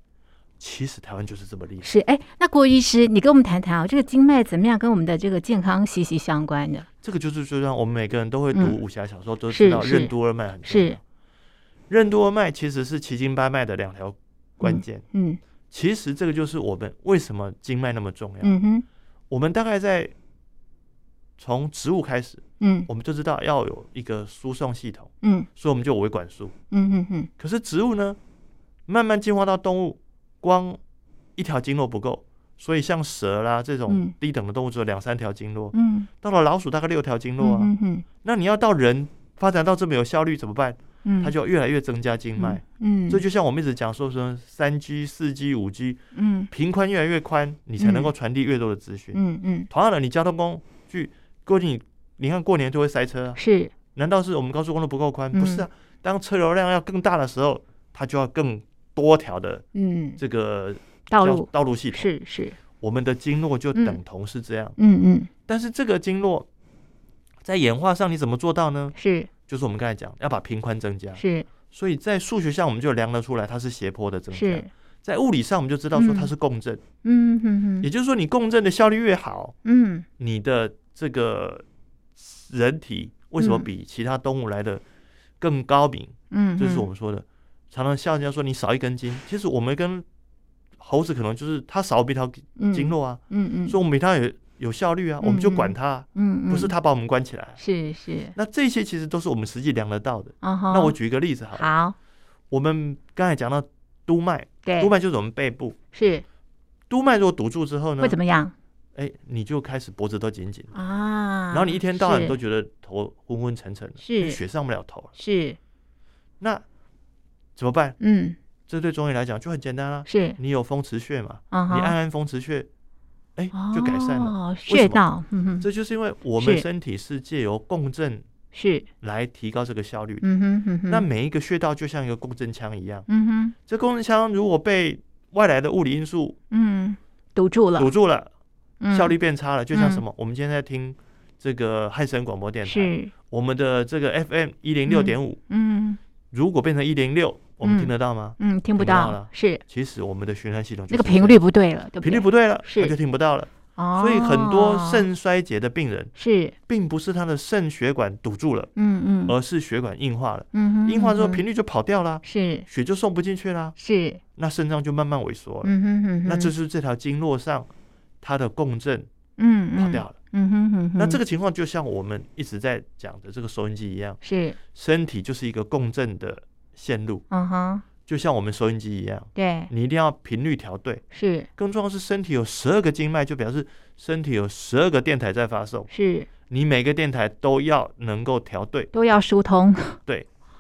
[SPEAKER 1] 其实台湾就是这么厉害。
[SPEAKER 2] 是，哎，那郭医师，你跟我们谈谈啊，这个经脉怎么样跟我们的这个健康息息相关的？
[SPEAKER 1] 这个就是就像我们每个人都会读
[SPEAKER 2] 嗯
[SPEAKER 1] 武侠小说，都
[SPEAKER 2] 是
[SPEAKER 1] 知道
[SPEAKER 2] 是
[SPEAKER 1] 任督二脉很重
[SPEAKER 2] 是
[SPEAKER 1] 要。任督二脉其实是奇经八脉的两条关键。
[SPEAKER 2] 嗯
[SPEAKER 1] 其实这个就是我们为什么经脉那么重要。
[SPEAKER 2] 嗯哼，
[SPEAKER 1] 我们大概在从植物开始，
[SPEAKER 2] 嗯
[SPEAKER 1] 我们就知道要有一个输送系统，
[SPEAKER 2] 嗯
[SPEAKER 1] 所以我们就有维管束。
[SPEAKER 2] 嗯嗯嗯，
[SPEAKER 1] 可是植物呢，慢慢进化到动物，光一条经络不够，所以像蛇啦这种
[SPEAKER 2] 嗯
[SPEAKER 1] 低等的动物只有两三条经络，
[SPEAKER 2] 嗯
[SPEAKER 1] 到了老鼠大概六条经络啊。
[SPEAKER 2] 嗯嗯
[SPEAKER 1] 那你要到人发展到这么有效率怎么办？
[SPEAKER 2] 嗯，
[SPEAKER 1] 它就越来越增加经脉。，
[SPEAKER 2] 嗯，
[SPEAKER 1] 这就像我们一直讲说什么三 G、四 G、五 G
[SPEAKER 2] 嗯
[SPEAKER 1] 频宽越来越宽，你才能够传递越多的资讯。
[SPEAKER 2] 嗯嗯
[SPEAKER 1] 同样的，你交通工具过你，你看过年就会塞车啊，
[SPEAKER 2] 是，
[SPEAKER 1] 难道是我们高速公路不够宽？
[SPEAKER 2] 嗯
[SPEAKER 1] 不是啊，当车流量要更大的时候，它就要更多条的
[SPEAKER 2] 嗯，
[SPEAKER 1] 这个
[SPEAKER 2] 道
[SPEAKER 1] 叫
[SPEAKER 2] 路
[SPEAKER 1] 道路系统。
[SPEAKER 2] 是是，
[SPEAKER 1] 我们的经络就
[SPEAKER 2] 嗯
[SPEAKER 1] 等同是这样，
[SPEAKER 2] 嗯嗯
[SPEAKER 1] 但是这个经络在演化上你怎么做到呢？
[SPEAKER 2] 是
[SPEAKER 1] 就是我们刚才讲要把频宽增加，
[SPEAKER 2] 是
[SPEAKER 1] 所以在数学上我们就量得出来它是斜坡的增加
[SPEAKER 2] 是，，
[SPEAKER 1] 在物理上我们就知道说它是共振，
[SPEAKER 2] 嗯嗯
[SPEAKER 1] 也
[SPEAKER 2] 嗯
[SPEAKER 1] 就是说你共振的效率越好，
[SPEAKER 2] 嗯
[SPEAKER 1] 你的这个人体为什么
[SPEAKER 2] 嗯
[SPEAKER 1] 比其他动物来的更高明？
[SPEAKER 2] 嗯，
[SPEAKER 1] 这是我们说的，常常笑人家说你少一根筋，其实我们跟猴子可能就是它少比条
[SPEAKER 2] 们
[SPEAKER 1] 经，络啊，
[SPEAKER 2] 嗯嗯，
[SPEAKER 1] 所以我们比它有有效率啊，我们就管它啊，
[SPEAKER 2] 嗯
[SPEAKER 1] 不是它把我们关起来啊。
[SPEAKER 2] 是是，
[SPEAKER 1] 那这些其实都是我们实际量得到的。
[SPEAKER 2] 啊哈，
[SPEAKER 1] 那我举一个例子好了，
[SPEAKER 2] 好，
[SPEAKER 1] 我们刚才讲到督脉，
[SPEAKER 2] 对
[SPEAKER 1] 督，脉就是我们背部，
[SPEAKER 2] 是
[SPEAKER 1] 督脉如果堵住之后呢
[SPEAKER 2] 会，怎么样
[SPEAKER 1] 哎，你就开始脖子都紧紧的，
[SPEAKER 2] 啊？
[SPEAKER 1] 然后你一天到晚
[SPEAKER 2] 是
[SPEAKER 1] 都觉得头昏昏沉沉的，
[SPEAKER 2] 是
[SPEAKER 1] 因为血上不了头了。
[SPEAKER 2] 是，
[SPEAKER 1] 那怎么办？
[SPEAKER 2] 嗯
[SPEAKER 1] 这对中医来讲就很简单啦、啊
[SPEAKER 2] 是，
[SPEAKER 1] 你有风池穴嘛，
[SPEAKER 2] 啊
[SPEAKER 1] 你按
[SPEAKER 2] 哈，
[SPEAKER 1] 按风池穴，哎、就改善了。为
[SPEAKER 2] 了，哦穴
[SPEAKER 1] 什么
[SPEAKER 2] 道，嗯哼，
[SPEAKER 1] 这就是因为我们
[SPEAKER 2] 是
[SPEAKER 1] 身体是借由共振
[SPEAKER 2] 是，
[SPEAKER 1] 来提高这个效率的。
[SPEAKER 2] 嗯哼嗯哼，
[SPEAKER 1] 那每一个穴道就像一个共振腔一样，
[SPEAKER 2] 嗯哼
[SPEAKER 1] 这共振腔如果被外来的物理因素
[SPEAKER 2] 嗯堵住了
[SPEAKER 1] 堵，住了，
[SPEAKER 2] 嗯
[SPEAKER 1] 效率变差了，就像什么？我们今天在听这个汉森广播电台，
[SPEAKER 2] 是，
[SPEAKER 1] 我们的这个 FM 一零六点五，
[SPEAKER 2] 嗯
[SPEAKER 1] 如果变成一零六，我们听得到吗？
[SPEAKER 2] 嗯听不
[SPEAKER 1] 听不到
[SPEAKER 2] 到
[SPEAKER 1] 了，
[SPEAKER 2] 是
[SPEAKER 1] 其实我们的循环系统就
[SPEAKER 2] 那个
[SPEAKER 1] 是这样
[SPEAKER 2] 频率不对了，对
[SPEAKER 1] 频率
[SPEAKER 2] 不
[SPEAKER 1] 不对了，
[SPEAKER 2] 是
[SPEAKER 1] 它就听不到了。
[SPEAKER 2] 对，哦
[SPEAKER 1] 所以很多肾衰竭的病人，
[SPEAKER 2] 是，
[SPEAKER 1] 并不是他的肾血管堵住了，
[SPEAKER 2] 嗯嗯
[SPEAKER 1] 而是血管硬化了。
[SPEAKER 2] 嗯哼，
[SPEAKER 1] 硬化呃之后
[SPEAKER 2] 嗯哼
[SPEAKER 1] 频率就跑掉啦，
[SPEAKER 2] 是
[SPEAKER 1] 血就送不进去啦，
[SPEAKER 2] 是，
[SPEAKER 1] 那肾脏就慢慢萎缩了。
[SPEAKER 2] 嗯哼嗯哼，
[SPEAKER 1] 呃那这是这条经络上它的共振
[SPEAKER 2] 嗯
[SPEAKER 1] 跑
[SPEAKER 2] 嗯
[SPEAKER 1] 掉了。
[SPEAKER 2] 嗯哼嗯哼，
[SPEAKER 1] 那这
[SPEAKER 2] 个
[SPEAKER 1] 个情况就像我们一直在讲的这个收音机一样，
[SPEAKER 2] 是，
[SPEAKER 1] 身体就是一个共振的线路，
[SPEAKER 2] 嗯哼，
[SPEAKER 1] 就像我们收音机一样，
[SPEAKER 2] 对，
[SPEAKER 1] 你一定要频率调对。
[SPEAKER 2] 是
[SPEAKER 1] 更重要的是，身体有十二个经脉，就表示身体有十二个电台在发送，
[SPEAKER 2] 是
[SPEAKER 1] 你每个电台都要能够调对，
[SPEAKER 2] 都要疏通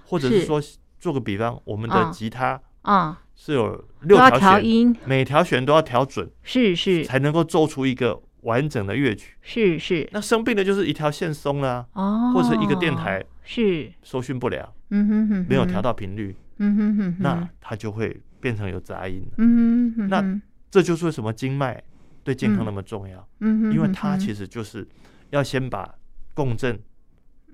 [SPEAKER 1] 或者
[SPEAKER 2] 是
[SPEAKER 1] 是说，做个比方，我们
[SPEAKER 2] 啊
[SPEAKER 1] 的吉他
[SPEAKER 2] 啊，
[SPEAKER 1] 是有
[SPEAKER 2] 都
[SPEAKER 1] 六
[SPEAKER 2] 要
[SPEAKER 1] 条
[SPEAKER 2] 调
[SPEAKER 1] 弦，
[SPEAKER 2] 音，
[SPEAKER 1] 每条弦都要调准，
[SPEAKER 2] 是是
[SPEAKER 1] 才能够奏出一个完整的乐曲。
[SPEAKER 2] 是是，
[SPEAKER 1] 那生病的就是一条线松了啊、
[SPEAKER 2] 哦，
[SPEAKER 1] 或者是一个电台
[SPEAKER 2] 是，
[SPEAKER 1] 收讯不良，
[SPEAKER 2] 嗯哼哼，
[SPEAKER 1] 没有调，到频率，
[SPEAKER 2] 嗯哼哼，
[SPEAKER 1] 那，它就会变成有杂音。
[SPEAKER 2] 嗯哼哼，
[SPEAKER 1] 那
[SPEAKER 2] 嗯
[SPEAKER 1] 这就是为什么经脉对健康那么重要，
[SPEAKER 2] 哼嗯哼，
[SPEAKER 1] 因为它
[SPEAKER 2] 实
[SPEAKER 1] 其实就是要先把共振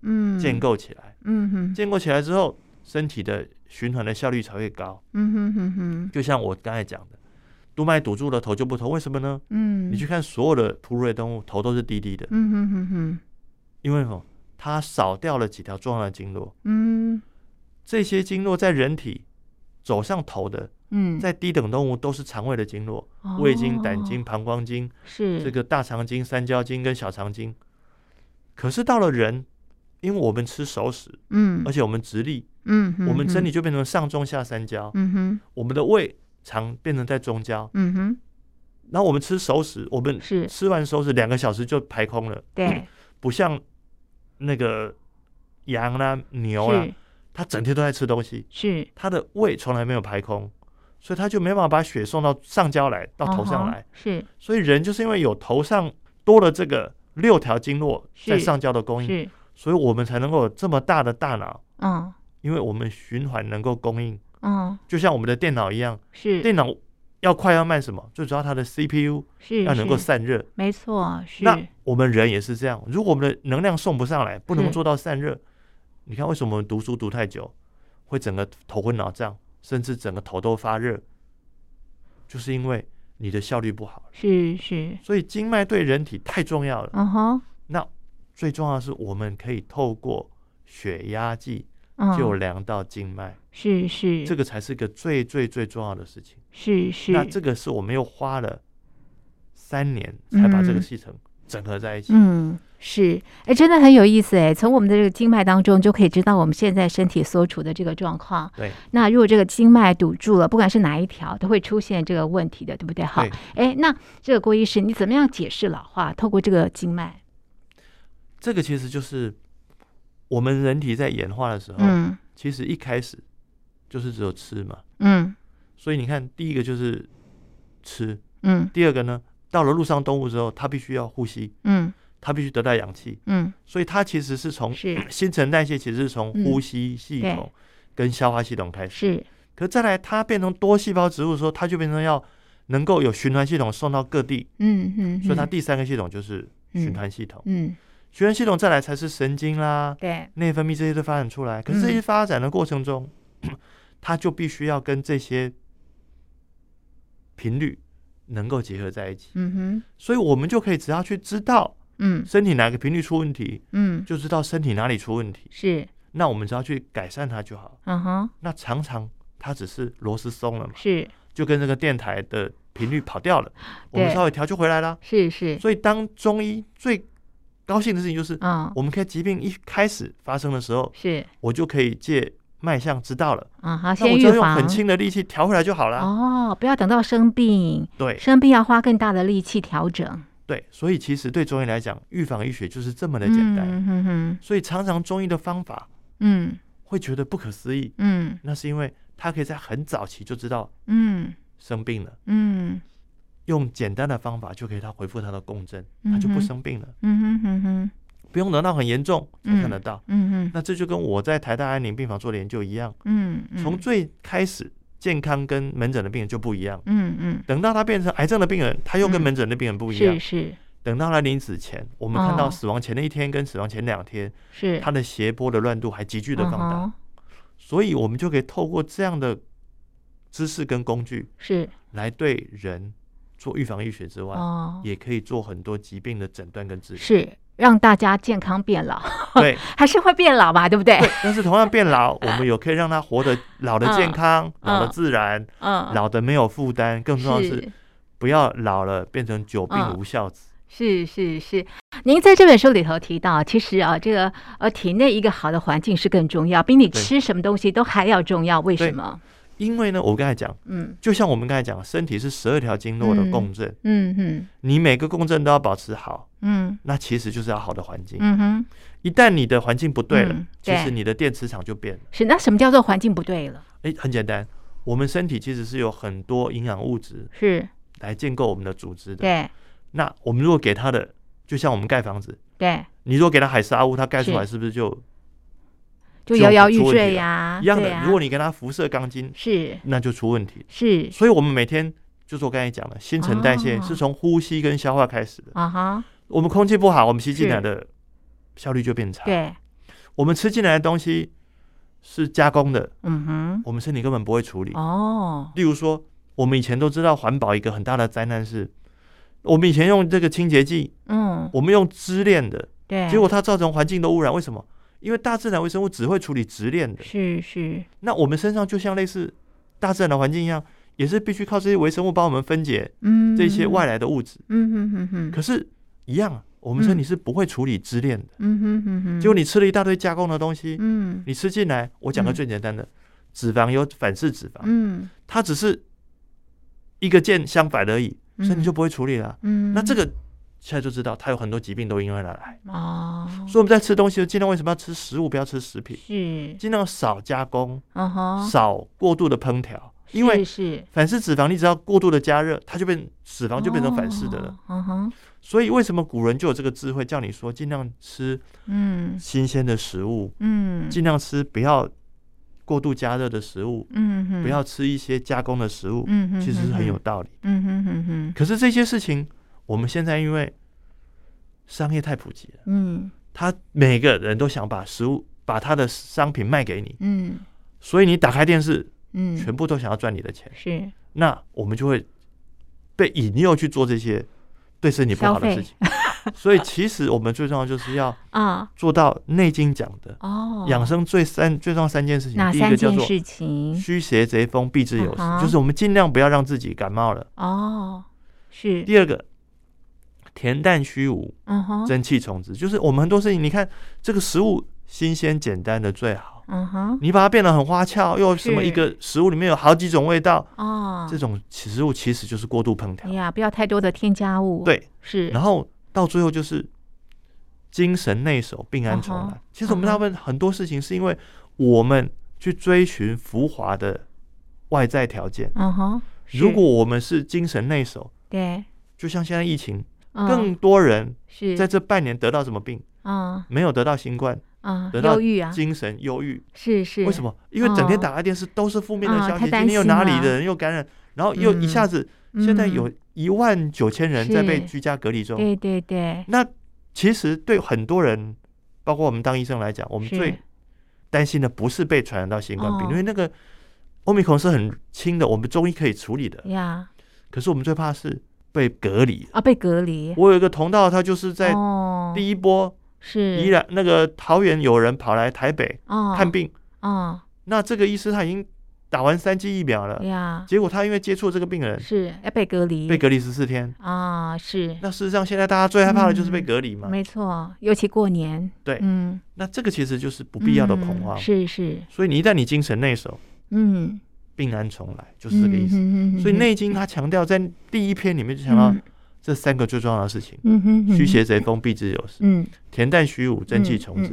[SPEAKER 2] 嗯
[SPEAKER 1] 建，构起来，
[SPEAKER 2] 嗯哼，
[SPEAKER 1] 建构起来之后，身体的循环的效率才会高。
[SPEAKER 2] 嗯哼哼哼，
[SPEAKER 1] 就像我刚才讲的，督脉堵住了，头就不痛，为什么呢？
[SPEAKER 2] 嗯，
[SPEAKER 1] 你去，看所有的哺乳类动物，头都是低低的，
[SPEAKER 2] 嗯哼哼哼，
[SPEAKER 1] 因为什么？它少掉了几条重要的经络，
[SPEAKER 2] 嗯
[SPEAKER 1] 这些经络在人体走上头的，
[SPEAKER 2] 嗯，
[SPEAKER 1] 在低等动物都是肠胃的经络，
[SPEAKER 2] 哦
[SPEAKER 1] 胃经、胆经、膀胱经、
[SPEAKER 2] 是
[SPEAKER 1] 这个大肠经、三焦经跟小肠经。可是到了人，因为我们吃熟食，
[SPEAKER 2] 嗯
[SPEAKER 1] 而且我们直立，
[SPEAKER 2] 嗯，
[SPEAKER 1] 我们身体，就变成上中下三焦，
[SPEAKER 2] 嗯哼，
[SPEAKER 1] 我们的胃肠变成在中焦。
[SPEAKER 2] 嗯哼，
[SPEAKER 1] 然后我们吃熟食，我们
[SPEAKER 2] 是
[SPEAKER 1] 嗯吃完熟食两个小时就排空了，
[SPEAKER 2] 对，
[SPEAKER 1] 不像那个羊啦、牛啦，它整天都在吃东西，
[SPEAKER 2] 是
[SPEAKER 1] 它的胃从来没有排空，所以它就没办法把血送到上焦来，到头
[SPEAKER 2] 哦
[SPEAKER 1] 上来。，
[SPEAKER 2] 嗯是
[SPEAKER 1] 所以人就是因为有头上多了这个六条经络在
[SPEAKER 2] 是
[SPEAKER 1] 上焦的供
[SPEAKER 2] 是
[SPEAKER 1] 应，
[SPEAKER 2] 是，
[SPEAKER 1] 所以我们才能够有这么大的大脑，
[SPEAKER 2] 嗯
[SPEAKER 1] 因为我们循环能够供应，
[SPEAKER 2] 嗯
[SPEAKER 1] 就像我们的电脑一样，
[SPEAKER 2] 是
[SPEAKER 1] 电脑要快要慢什么，最主要它的 CPU
[SPEAKER 2] 是
[SPEAKER 1] 要能够
[SPEAKER 2] 是
[SPEAKER 1] 散热。
[SPEAKER 2] 没错，是
[SPEAKER 1] 那我们人也是这样，如果我们的能量送不上来，不能
[SPEAKER 2] 是
[SPEAKER 1] 做到散热，你看为什么我们读书读太久，会整个头昏脑胀，甚至整个头都发热，就是因为你的效率不好。
[SPEAKER 2] 是是，
[SPEAKER 1] 所以经脉对人体太重要了。
[SPEAKER 2] 嗯哼，
[SPEAKER 1] 那最重要的是，我们可以透过血压计
[SPEAKER 2] 嗯，
[SPEAKER 1] 就量到经脉，
[SPEAKER 2] 是是
[SPEAKER 1] 这个才是个最最最重要的事情。
[SPEAKER 2] 是是，
[SPEAKER 1] 那这个是我们又花了三年才把这个
[SPEAKER 2] 嗯
[SPEAKER 1] 系统整合在一起。
[SPEAKER 2] 嗯，是，哎，真的很有意思哎。从我们的这个经脉当中，就可以知道我们现在身体所处的这个状况。
[SPEAKER 1] 对，
[SPEAKER 2] 那如果这个经脉堵住了，不管是哪一条，都会出现这个问题的，对不对？好
[SPEAKER 1] 对，
[SPEAKER 2] 哎，那这个郭医师，你怎么样解释老化？透过这个经脉，
[SPEAKER 1] 这个其实就是我们人体在演化的时候，
[SPEAKER 2] 嗯
[SPEAKER 1] 其实一开始就是只有吃嘛。
[SPEAKER 2] 嗯
[SPEAKER 1] 所以你看，第一个就是吃，
[SPEAKER 2] 嗯
[SPEAKER 1] 第二个呢，到了陆上动物之后，它必须要呼吸，
[SPEAKER 2] 嗯
[SPEAKER 1] 它必须得到氧气，
[SPEAKER 2] 嗯，
[SPEAKER 1] 所以它其实是从
[SPEAKER 2] 是
[SPEAKER 1] 新陈代谢其实是从呼吸系
[SPEAKER 2] 嗯对
[SPEAKER 1] 统跟消化系统开始，
[SPEAKER 2] 是
[SPEAKER 1] 可再来它变成多细胞植物的时候，它就变成要能够有循环系统送到各地，
[SPEAKER 2] 嗯嗯，
[SPEAKER 1] 所以它
[SPEAKER 2] 嗯
[SPEAKER 1] 第三个系统就是循环系统。
[SPEAKER 2] 嗯
[SPEAKER 1] 循环系统再来才是神经啦、
[SPEAKER 2] 对
[SPEAKER 1] 内分泌这些都发展出
[SPEAKER 2] 嗯
[SPEAKER 1] 来。可是这些发展的过程中， 它就必须要跟这些频率能够结合在一起，
[SPEAKER 2] 嗯哼
[SPEAKER 1] 所以我们就可以只要去知道
[SPEAKER 2] 嗯
[SPEAKER 1] 身体哪个频率出问题，
[SPEAKER 2] 嗯
[SPEAKER 1] 就知道身体哪里出问题。
[SPEAKER 2] 是
[SPEAKER 1] 那我们只要去改善它就好。
[SPEAKER 2] 嗯哼
[SPEAKER 1] 那常常它只是螺丝松了嘛，
[SPEAKER 2] 是
[SPEAKER 1] 就跟这个电台的频率跑掉了，我
[SPEAKER 2] 对
[SPEAKER 1] 们稍微调就回来啦。
[SPEAKER 2] 是是
[SPEAKER 1] 所以当中医最高兴的事情就是，
[SPEAKER 2] 嗯
[SPEAKER 1] 我们可以疾病一开始发生的时候，
[SPEAKER 2] 是
[SPEAKER 1] 我就可以借脉象知道了，
[SPEAKER 2] 啊好，
[SPEAKER 1] 那
[SPEAKER 2] 先
[SPEAKER 1] 我只要
[SPEAKER 2] 预
[SPEAKER 1] 用
[SPEAKER 2] 防
[SPEAKER 1] 很轻的力气调回来就好啦。
[SPEAKER 2] 哦，不要等到生病，
[SPEAKER 1] 对
[SPEAKER 2] 生病要花更大的力气调整，
[SPEAKER 1] 对，所以其实对中医来讲，预防医学就是这么的简单。
[SPEAKER 2] 嗯哼哼，
[SPEAKER 1] 所以常常中医的方法
[SPEAKER 2] 嗯
[SPEAKER 1] 会觉得不可思议，
[SPEAKER 2] 嗯
[SPEAKER 1] 那是因为他可以在很早期就知道
[SPEAKER 2] 嗯
[SPEAKER 1] 生病了。
[SPEAKER 2] 嗯
[SPEAKER 1] 用简单的方法就可以他恢复他的共振，他
[SPEAKER 2] 嗯哼
[SPEAKER 1] 就不生病了，
[SPEAKER 2] 嗯哼哼哼，
[SPEAKER 1] 不用等到很严重才看得到。
[SPEAKER 2] 嗯哼
[SPEAKER 1] 那这就跟我在台大安宁病房做的研究一样，
[SPEAKER 2] 嗯嗯，
[SPEAKER 1] 从最开始健康跟门诊的病人就不一样，
[SPEAKER 2] 嗯嗯
[SPEAKER 1] 等到他变成癌症的病人，他又跟
[SPEAKER 2] 嗯
[SPEAKER 1] 门诊的病人不一样。
[SPEAKER 2] 是是
[SPEAKER 1] 等到他临死前，我们看
[SPEAKER 2] 哦
[SPEAKER 1] 到死亡前的一天跟死亡前两天，
[SPEAKER 2] 是，
[SPEAKER 1] 他的斜坡的乱度还急剧的放大，
[SPEAKER 2] 嗯哼
[SPEAKER 1] 所以我们就可以透过这样的知识跟工具
[SPEAKER 2] 是
[SPEAKER 1] 来对人做预防医学之外，
[SPEAKER 2] 哦
[SPEAKER 1] 也可以做很多疾病的诊断跟治疗。
[SPEAKER 2] 是让大家健康变老，
[SPEAKER 1] 对，
[SPEAKER 2] 还是会变老吧，对不对？
[SPEAKER 1] 对，但是同样变 老，我们有可以让他活得老的健康、
[SPEAKER 2] 嗯
[SPEAKER 1] 老的自然、
[SPEAKER 2] 嗯，
[SPEAKER 1] 老的没有负担，更重要的是不要老了变成久病
[SPEAKER 2] 嗯
[SPEAKER 1] 无孝子。
[SPEAKER 2] 是是是，您在这本书里头提到，其实啊，这个呃，体内一个好的环境是更重要，比你
[SPEAKER 1] 对
[SPEAKER 2] 吃什么东西都还要重要。为什
[SPEAKER 1] 对
[SPEAKER 2] 么？
[SPEAKER 1] 因为呢，我刚才讲，
[SPEAKER 2] 嗯
[SPEAKER 1] 就像我们刚才讲，身体是十二条经络的
[SPEAKER 2] 嗯
[SPEAKER 1] 共振，
[SPEAKER 2] 嗯嗯
[SPEAKER 1] 你每个共振都要保持好，
[SPEAKER 2] 嗯
[SPEAKER 1] 那其实就是要好的环境。
[SPEAKER 2] 嗯哼，
[SPEAKER 1] 一旦你的环境不对了，
[SPEAKER 2] 嗯
[SPEAKER 1] 其实
[SPEAKER 2] 对
[SPEAKER 1] 你的电磁场就变了。
[SPEAKER 2] 是那什么叫做环境不对了？
[SPEAKER 1] 诶，很简单，我们身体其实是有很多营养物质
[SPEAKER 2] 是
[SPEAKER 1] 来建构我们的组织的。
[SPEAKER 2] 对
[SPEAKER 1] 那我们如果给它的，就像我们盖房子，
[SPEAKER 2] 对，
[SPEAKER 1] 你如果给它海沙屋，它盖出
[SPEAKER 2] 是
[SPEAKER 1] 来是不是就
[SPEAKER 2] 就
[SPEAKER 1] 就
[SPEAKER 2] 摇摇
[SPEAKER 1] 出
[SPEAKER 2] 欲
[SPEAKER 1] 问题
[SPEAKER 2] 坠
[SPEAKER 1] 了
[SPEAKER 2] 呀、
[SPEAKER 1] 一样
[SPEAKER 2] 啊对
[SPEAKER 1] 的？
[SPEAKER 2] 呀
[SPEAKER 1] 如果你给它辐射钢筋，
[SPEAKER 2] 是
[SPEAKER 1] 那就出问题。
[SPEAKER 2] 是
[SPEAKER 1] 所以我们每天就是我刚才讲的，新陈代谢
[SPEAKER 2] 哦
[SPEAKER 1] 是从呼吸跟消化开始的。
[SPEAKER 2] 啊哈，
[SPEAKER 1] 我们空气不好，我们吸进
[SPEAKER 2] 是
[SPEAKER 1] 来的效率就变差。
[SPEAKER 2] 对，
[SPEAKER 1] 我们吃进来的东西是加工的，
[SPEAKER 2] 嗯
[SPEAKER 1] 我们身体根本不会处理
[SPEAKER 2] 哼，。哦，
[SPEAKER 1] 例如说，我们以前都知道环保一个很大的灾难是，我们以前用这个清洁剂，
[SPEAKER 2] 嗯，
[SPEAKER 1] 我们用支链的，
[SPEAKER 2] 对，
[SPEAKER 1] 结果它造成环境的污染。为什么？因为大自然微生物只会处理直链的，
[SPEAKER 2] 是是，
[SPEAKER 1] 那我们身上就像类似大自然的环境一样，也是必须靠这些微生物帮我们分解
[SPEAKER 2] 嗯，
[SPEAKER 1] 这些外，来的物质。
[SPEAKER 2] 嗯哼哼哼，
[SPEAKER 1] 可是，一样啊，我们身体是不会处理支链的。
[SPEAKER 2] 嗯哼哼哼，
[SPEAKER 1] 结果你吃了一大堆加工的东西，
[SPEAKER 2] 嗯
[SPEAKER 1] 你吃进来，我讲个
[SPEAKER 2] 嗯
[SPEAKER 1] 最简单的，脂肪有反式脂肪，
[SPEAKER 2] 嗯，
[SPEAKER 1] 它只是一个键相反而已，
[SPEAKER 2] 嗯
[SPEAKER 1] 身体就不会处理了。
[SPEAKER 2] 嗯，
[SPEAKER 1] 那这个现在就知道它有很多疾病都因为它来。
[SPEAKER 2] 哦，
[SPEAKER 1] 所以我们在吃东西，就尽量为什么要吃食物，不要吃食品，
[SPEAKER 2] 是，
[SPEAKER 1] 尽量少加工，
[SPEAKER 2] 嗯哼，
[SPEAKER 1] 少过度的烹调，因为
[SPEAKER 2] 是是
[SPEAKER 1] 反式脂肪，你只要过度的加热，它就变脂肪就变成反式的了。，
[SPEAKER 2] 哦嗯哼，
[SPEAKER 1] 所以为什么古人就有这个智慧，叫你说尽量吃
[SPEAKER 2] 嗯
[SPEAKER 1] 新鲜的食物，
[SPEAKER 2] 嗯
[SPEAKER 1] 尽量吃不要过度加热的食物，
[SPEAKER 2] 嗯哼，
[SPEAKER 1] 不要吃一些加工的食物，
[SPEAKER 2] 嗯哼，
[SPEAKER 1] 其实是很有，道理。
[SPEAKER 2] 嗯哼哼哼，
[SPEAKER 1] 可是这些事情，我们现在因为商业太普及了，
[SPEAKER 2] 嗯
[SPEAKER 1] 他每个人都想把食物、把他的商品卖给你，
[SPEAKER 2] 嗯
[SPEAKER 1] 所以你打开电视，
[SPEAKER 2] 嗯，
[SPEAKER 1] 全部都想要赚你的钱。
[SPEAKER 2] 是
[SPEAKER 1] 那我们就会被引诱去做这些对身体不好的事情。 所以，其实我们最重要就是要
[SPEAKER 2] 啊，
[SPEAKER 1] 做到《内经》讲的
[SPEAKER 2] 哦，
[SPEAKER 1] 养生最三最重要三件事情
[SPEAKER 2] 哪，
[SPEAKER 1] 第一个
[SPEAKER 2] 三
[SPEAKER 1] 叫
[SPEAKER 2] 件
[SPEAKER 1] 做
[SPEAKER 2] 事情？
[SPEAKER 1] 虚邪贼风避之有时
[SPEAKER 2] 嗯，哼
[SPEAKER 1] 就是我们尽量不要让自己感冒了。
[SPEAKER 2] 哦，是，
[SPEAKER 1] 第二个，恬淡虚无，
[SPEAKER 2] 嗯哼，
[SPEAKER 1] 蒸汽从之，就是我们很多事情，你看这个食物新鲜简单的最好，
[SPEAKER 2] 嗯哼，
[SPEAKER 1] 你把它变得很花俏，又什么
[SPEAKER 2] 是
[SPEAKER 1] 一个食物里面有好几种味道，
[SPEAKER 2] 哦，
[SPEAKER 1] 这种食物其实就是过度烹调
[SPEAKER 2] 哎。呀，不要太多的添加物，，
[SPEAKER 1] 对，
[SPEAKER 2] 是，
[SPEAKER 1] 然后到最后就是精神内守，病安从
[SPEAKER 2] 嗯
[SPEAKER 1] 来。
[SPEAKER 2] 哼
[SPEAKER 1] 其实我们大部分很多事情是因为我们去追寻浮华的外在条件，
[SPEAKER 2] 嗯哼，
[SPEAKER 1] 如
[SPEAKER 2] 是
[SPEAKER 1] 果我们是精神内守，
[SPEAKER 2] 对，
[SPEAKER 1] 就像现在疫情，
[SPEAKER 2] 嗯
[SPEAKER 1] 更多人
[SPEAKER 2] 是
[SPEAKER 1] 在这半年得到什么病？
[SPEAKER 2] 啊
[SPEAKER 1] 没有得到新冠，
[SPEAKER 2] 啊，
[SPEAKER 1] 得到
[SPEAKER 2] 忧郁啊，
[SPEAKER 1] 精神忧郁。
[SPEAKER 2] 是是，
[SPEAKER 1] 为什？么？因为整天
[SPEAKER 2] 哦
[SPEAKER 1] 打开电视都是负面的
[SPEAKER 2] 啊
[SPEAKER 1] 消息，
[SPEAKER 2] 太担
[SPEAKER 1] 今天又
[SPEAKER 2] 心
[SPEAKER 1] 哪里
[SPEAKER 2] 了嗯
[SPEAKER 1] 的人又感染，然后又一下子，现在有一万九千人在被
[SPEAKER 2] 是
[SPEAKER 1] 居家隔离中。
[SPEAKER 2] 对对对，
[SPEAKER 1] 那其实对很多人，包括我们当医生来讲，我们
[SPEAKER 2] 是
[SPEAKER 1] 最担心的不是被传染到新冠病，
[SPEAKER 2] 哦
[SPEAKER 1] 因为那个欧米孔是很轻的，我们中医可以处理的。
[SPEAKER 2] 呀
[SPEAKER 1] 可是我们最怕是被隔离。
[SPEAKER 2] 啊，被隔离，
[SPEAKER 1] 我有一个同道，他就是在
[SPEAKER 2] 哦
[SPEAKER 1] 第一波
[SPEAKER 2] 是
[SPEAKER 1] 依然那个桃园有人跑来台北
[SPEAKER 2] 哦
[SPEAKER 1] 看病，
[SPEAKER 2] 哦哎
[SPEAKER 1] 那这个医师他已经打完三剂疫苗了，
[SPEAKER 2] 呀，
[SPEAKER 1] 结果他因为接触这个病人
[SPEAKER 2] 嗯是要被隔离，
[SPEAKER 1] 被隔离十四天。
[SPEAKER 2] 啊是
[SPEAKER 1] 那事实上，现在大家最害怕的就是被
[SPEAKER 2] 嗯
[SPEAKER 1] 隔离嘛。
[SPEAKER 2] 没错，尤其过年，
[SPEAKER 1] 对
[SPEAKER 2] 嗯，
[SPEAKER 1] 那这个其实就是不必要的恐
[SPEAKER 2] 嗯
[SPEAKER 1] 慌。
[SPEAKER 2] 是是，
[SPEAKER 1] 所以你一旦你精神内守，
[SPEAKER 2] 嗯，
[SPEAKER 1] 病安重来，就是这个意思。
[SPEAKER 2] 思
[SPEAKER 1] 所以《内经》它强调在第一篇里面就强调这三个最重要的事情：
[SPEAKER 2] 嗯哼哼
[SPEAKER 1] 虚邪贼风，避之有时；
[SPEAKER 2] 嗯
[SPEAKER 1] 恬淡虚无，真气从之；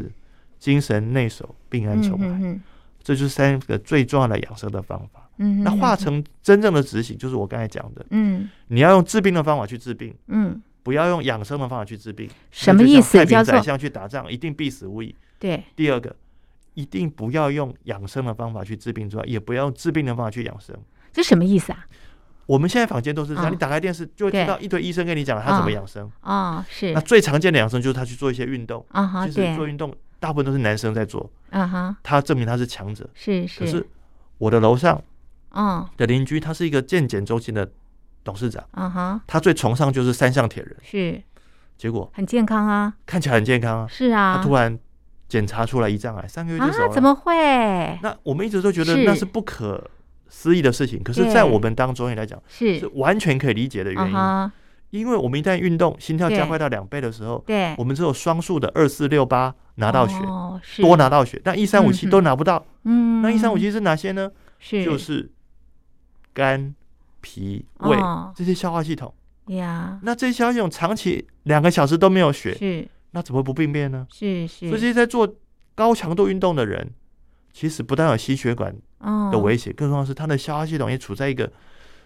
[SPEAKER 1] 精神内守，病安重来。
[SPEAKER 2] 嗯
[SPEAKER 1] 这就是三个最重要的养生的方法。
[SPEAKER 2] 嗯，
[SPEAKER 1] 那化成真正的执行，就是我刚才讲的，
[SPEAKER 2] 嗯
[SPEAKER 1] 你要用治病的方法去治病，
[SPEAKER 2] 嗯
[SPEAKER 1] 不要用养生的方法去治病。
[SPEAKER 2] 什么意思
[SPEAKER 1] 那就像太
[SPEAKER 2] 叫
[SPEAKER 1] 平宰
[SPEAKER 2] 做
[SPEAKER 1] 相去打仗，一定必死无疑。
[SPEAKER 2] 对
[SPEAKER 1] 第二个，一定不要用养生的方法去治病之外，也不要用治病的方法去养生。这
[SPEAKER 2] 什么意思啊？
[SPEAKER 1] 我们现在坊间都是这样，
[SPEAKER 2] 嗯
[SPEAKER 1] 你打开电视就会
[SPEAKER 2] 对
[SPEAKER 1] 听到一堆医生跟你讲他怎么养生。
[SPEAKER 2] 哦是
[SPEAKER 1] 那最常见的养生就是他去做一些运动，
[SPEAKER 2] 啊哈
[SPEAKER 1] 其实
[SPEAKER 2] 对
[SPEAKER 1] 做运动大部分都是男生在做，
[SPEAKER 2] 啊哈
[SPEAKER 1] 他证明他是强者。
[SPEAKER 2] 是
[SPEAKER 1] 可是我的楼上
[SPEAKER 2] 嗯
[SPEAKER 1] 的邻居，他是一个健检中心的董事长，
[SPEAKER 2] 啊哈
[SPEAKER 1] 他最崇尚就是三项铁人，
[SPEAKER 2] 是
[SPEAKER 1] 结果
[SPEAKER 2] 很健康啊
[SPEAKER 1] 看起来很健康啊，
[SPEAKER 2] 是
[SPEAKER 1] 他
[SPEAKER 2] 啊
[SPEAKER 1] 突然检查出来胰脏癌，三个月就
[SPEAKER 2] 啊
[SPEAKER 1] 熟了。
[SPEAKER 2] 怎么会
[SPEAKER 1] 那我们一直都觉得
[SPEAKER 2] 是
[SPEAKER 1] 那是不可思议的事情，可是，在
[SPEAKER 2] 对
[SPEAKER 1] 我们当中医来讲，是
[SPEAKER 2] 是
[SPEAKER 1] 完全可以理解的原
[SPEAKER 2] 啊
[SPEAKER 1] 因。
[SPEAKER 2] 哈
[SPEAKER 1] 因为我们一旦运动，心跳
[SPEAKER 2] 对
[SPEAKER 1] 加快到两倍的时候，
[SPEAKER 2] 对
[SPEAKER 1] 我们只有双数的二四六八拿到血，
[SPEAKER 2] 哎哦是
[SPEAKER 1] 多拿到血，但一三五七
[SPEAKER 2] 嗯哼
[SPEAKER 1] 都拿不到。
[SPEAKER 2] 嗯
[SPEAKER 1] 那一三五七是哪些呢？
[SPEAKER 2] 是
[SPEAKER 1] 就是肝、脾、胃、
[SPEAKER 2] 哦
[SPEAKER 1] 这些消化系统。
[SPEAKER 2] 呀
[SPEAKER 1] 那这些消化系统长期两个小时都没有血，
[SPEAKER 2] 是
[SPEAKER 1] 那怎么不病变呢？
[SPEAKER 2] 是
[SPEAKER 1] 所以这
[SPEAKER 2] 是
[SPEAKER 1] 些在做高强度运动的人，其实不但有心血管
[SPEAKER 2] 哦
[SPEAKER 1] 的威胁，更重要的是他的消化系统也处在一个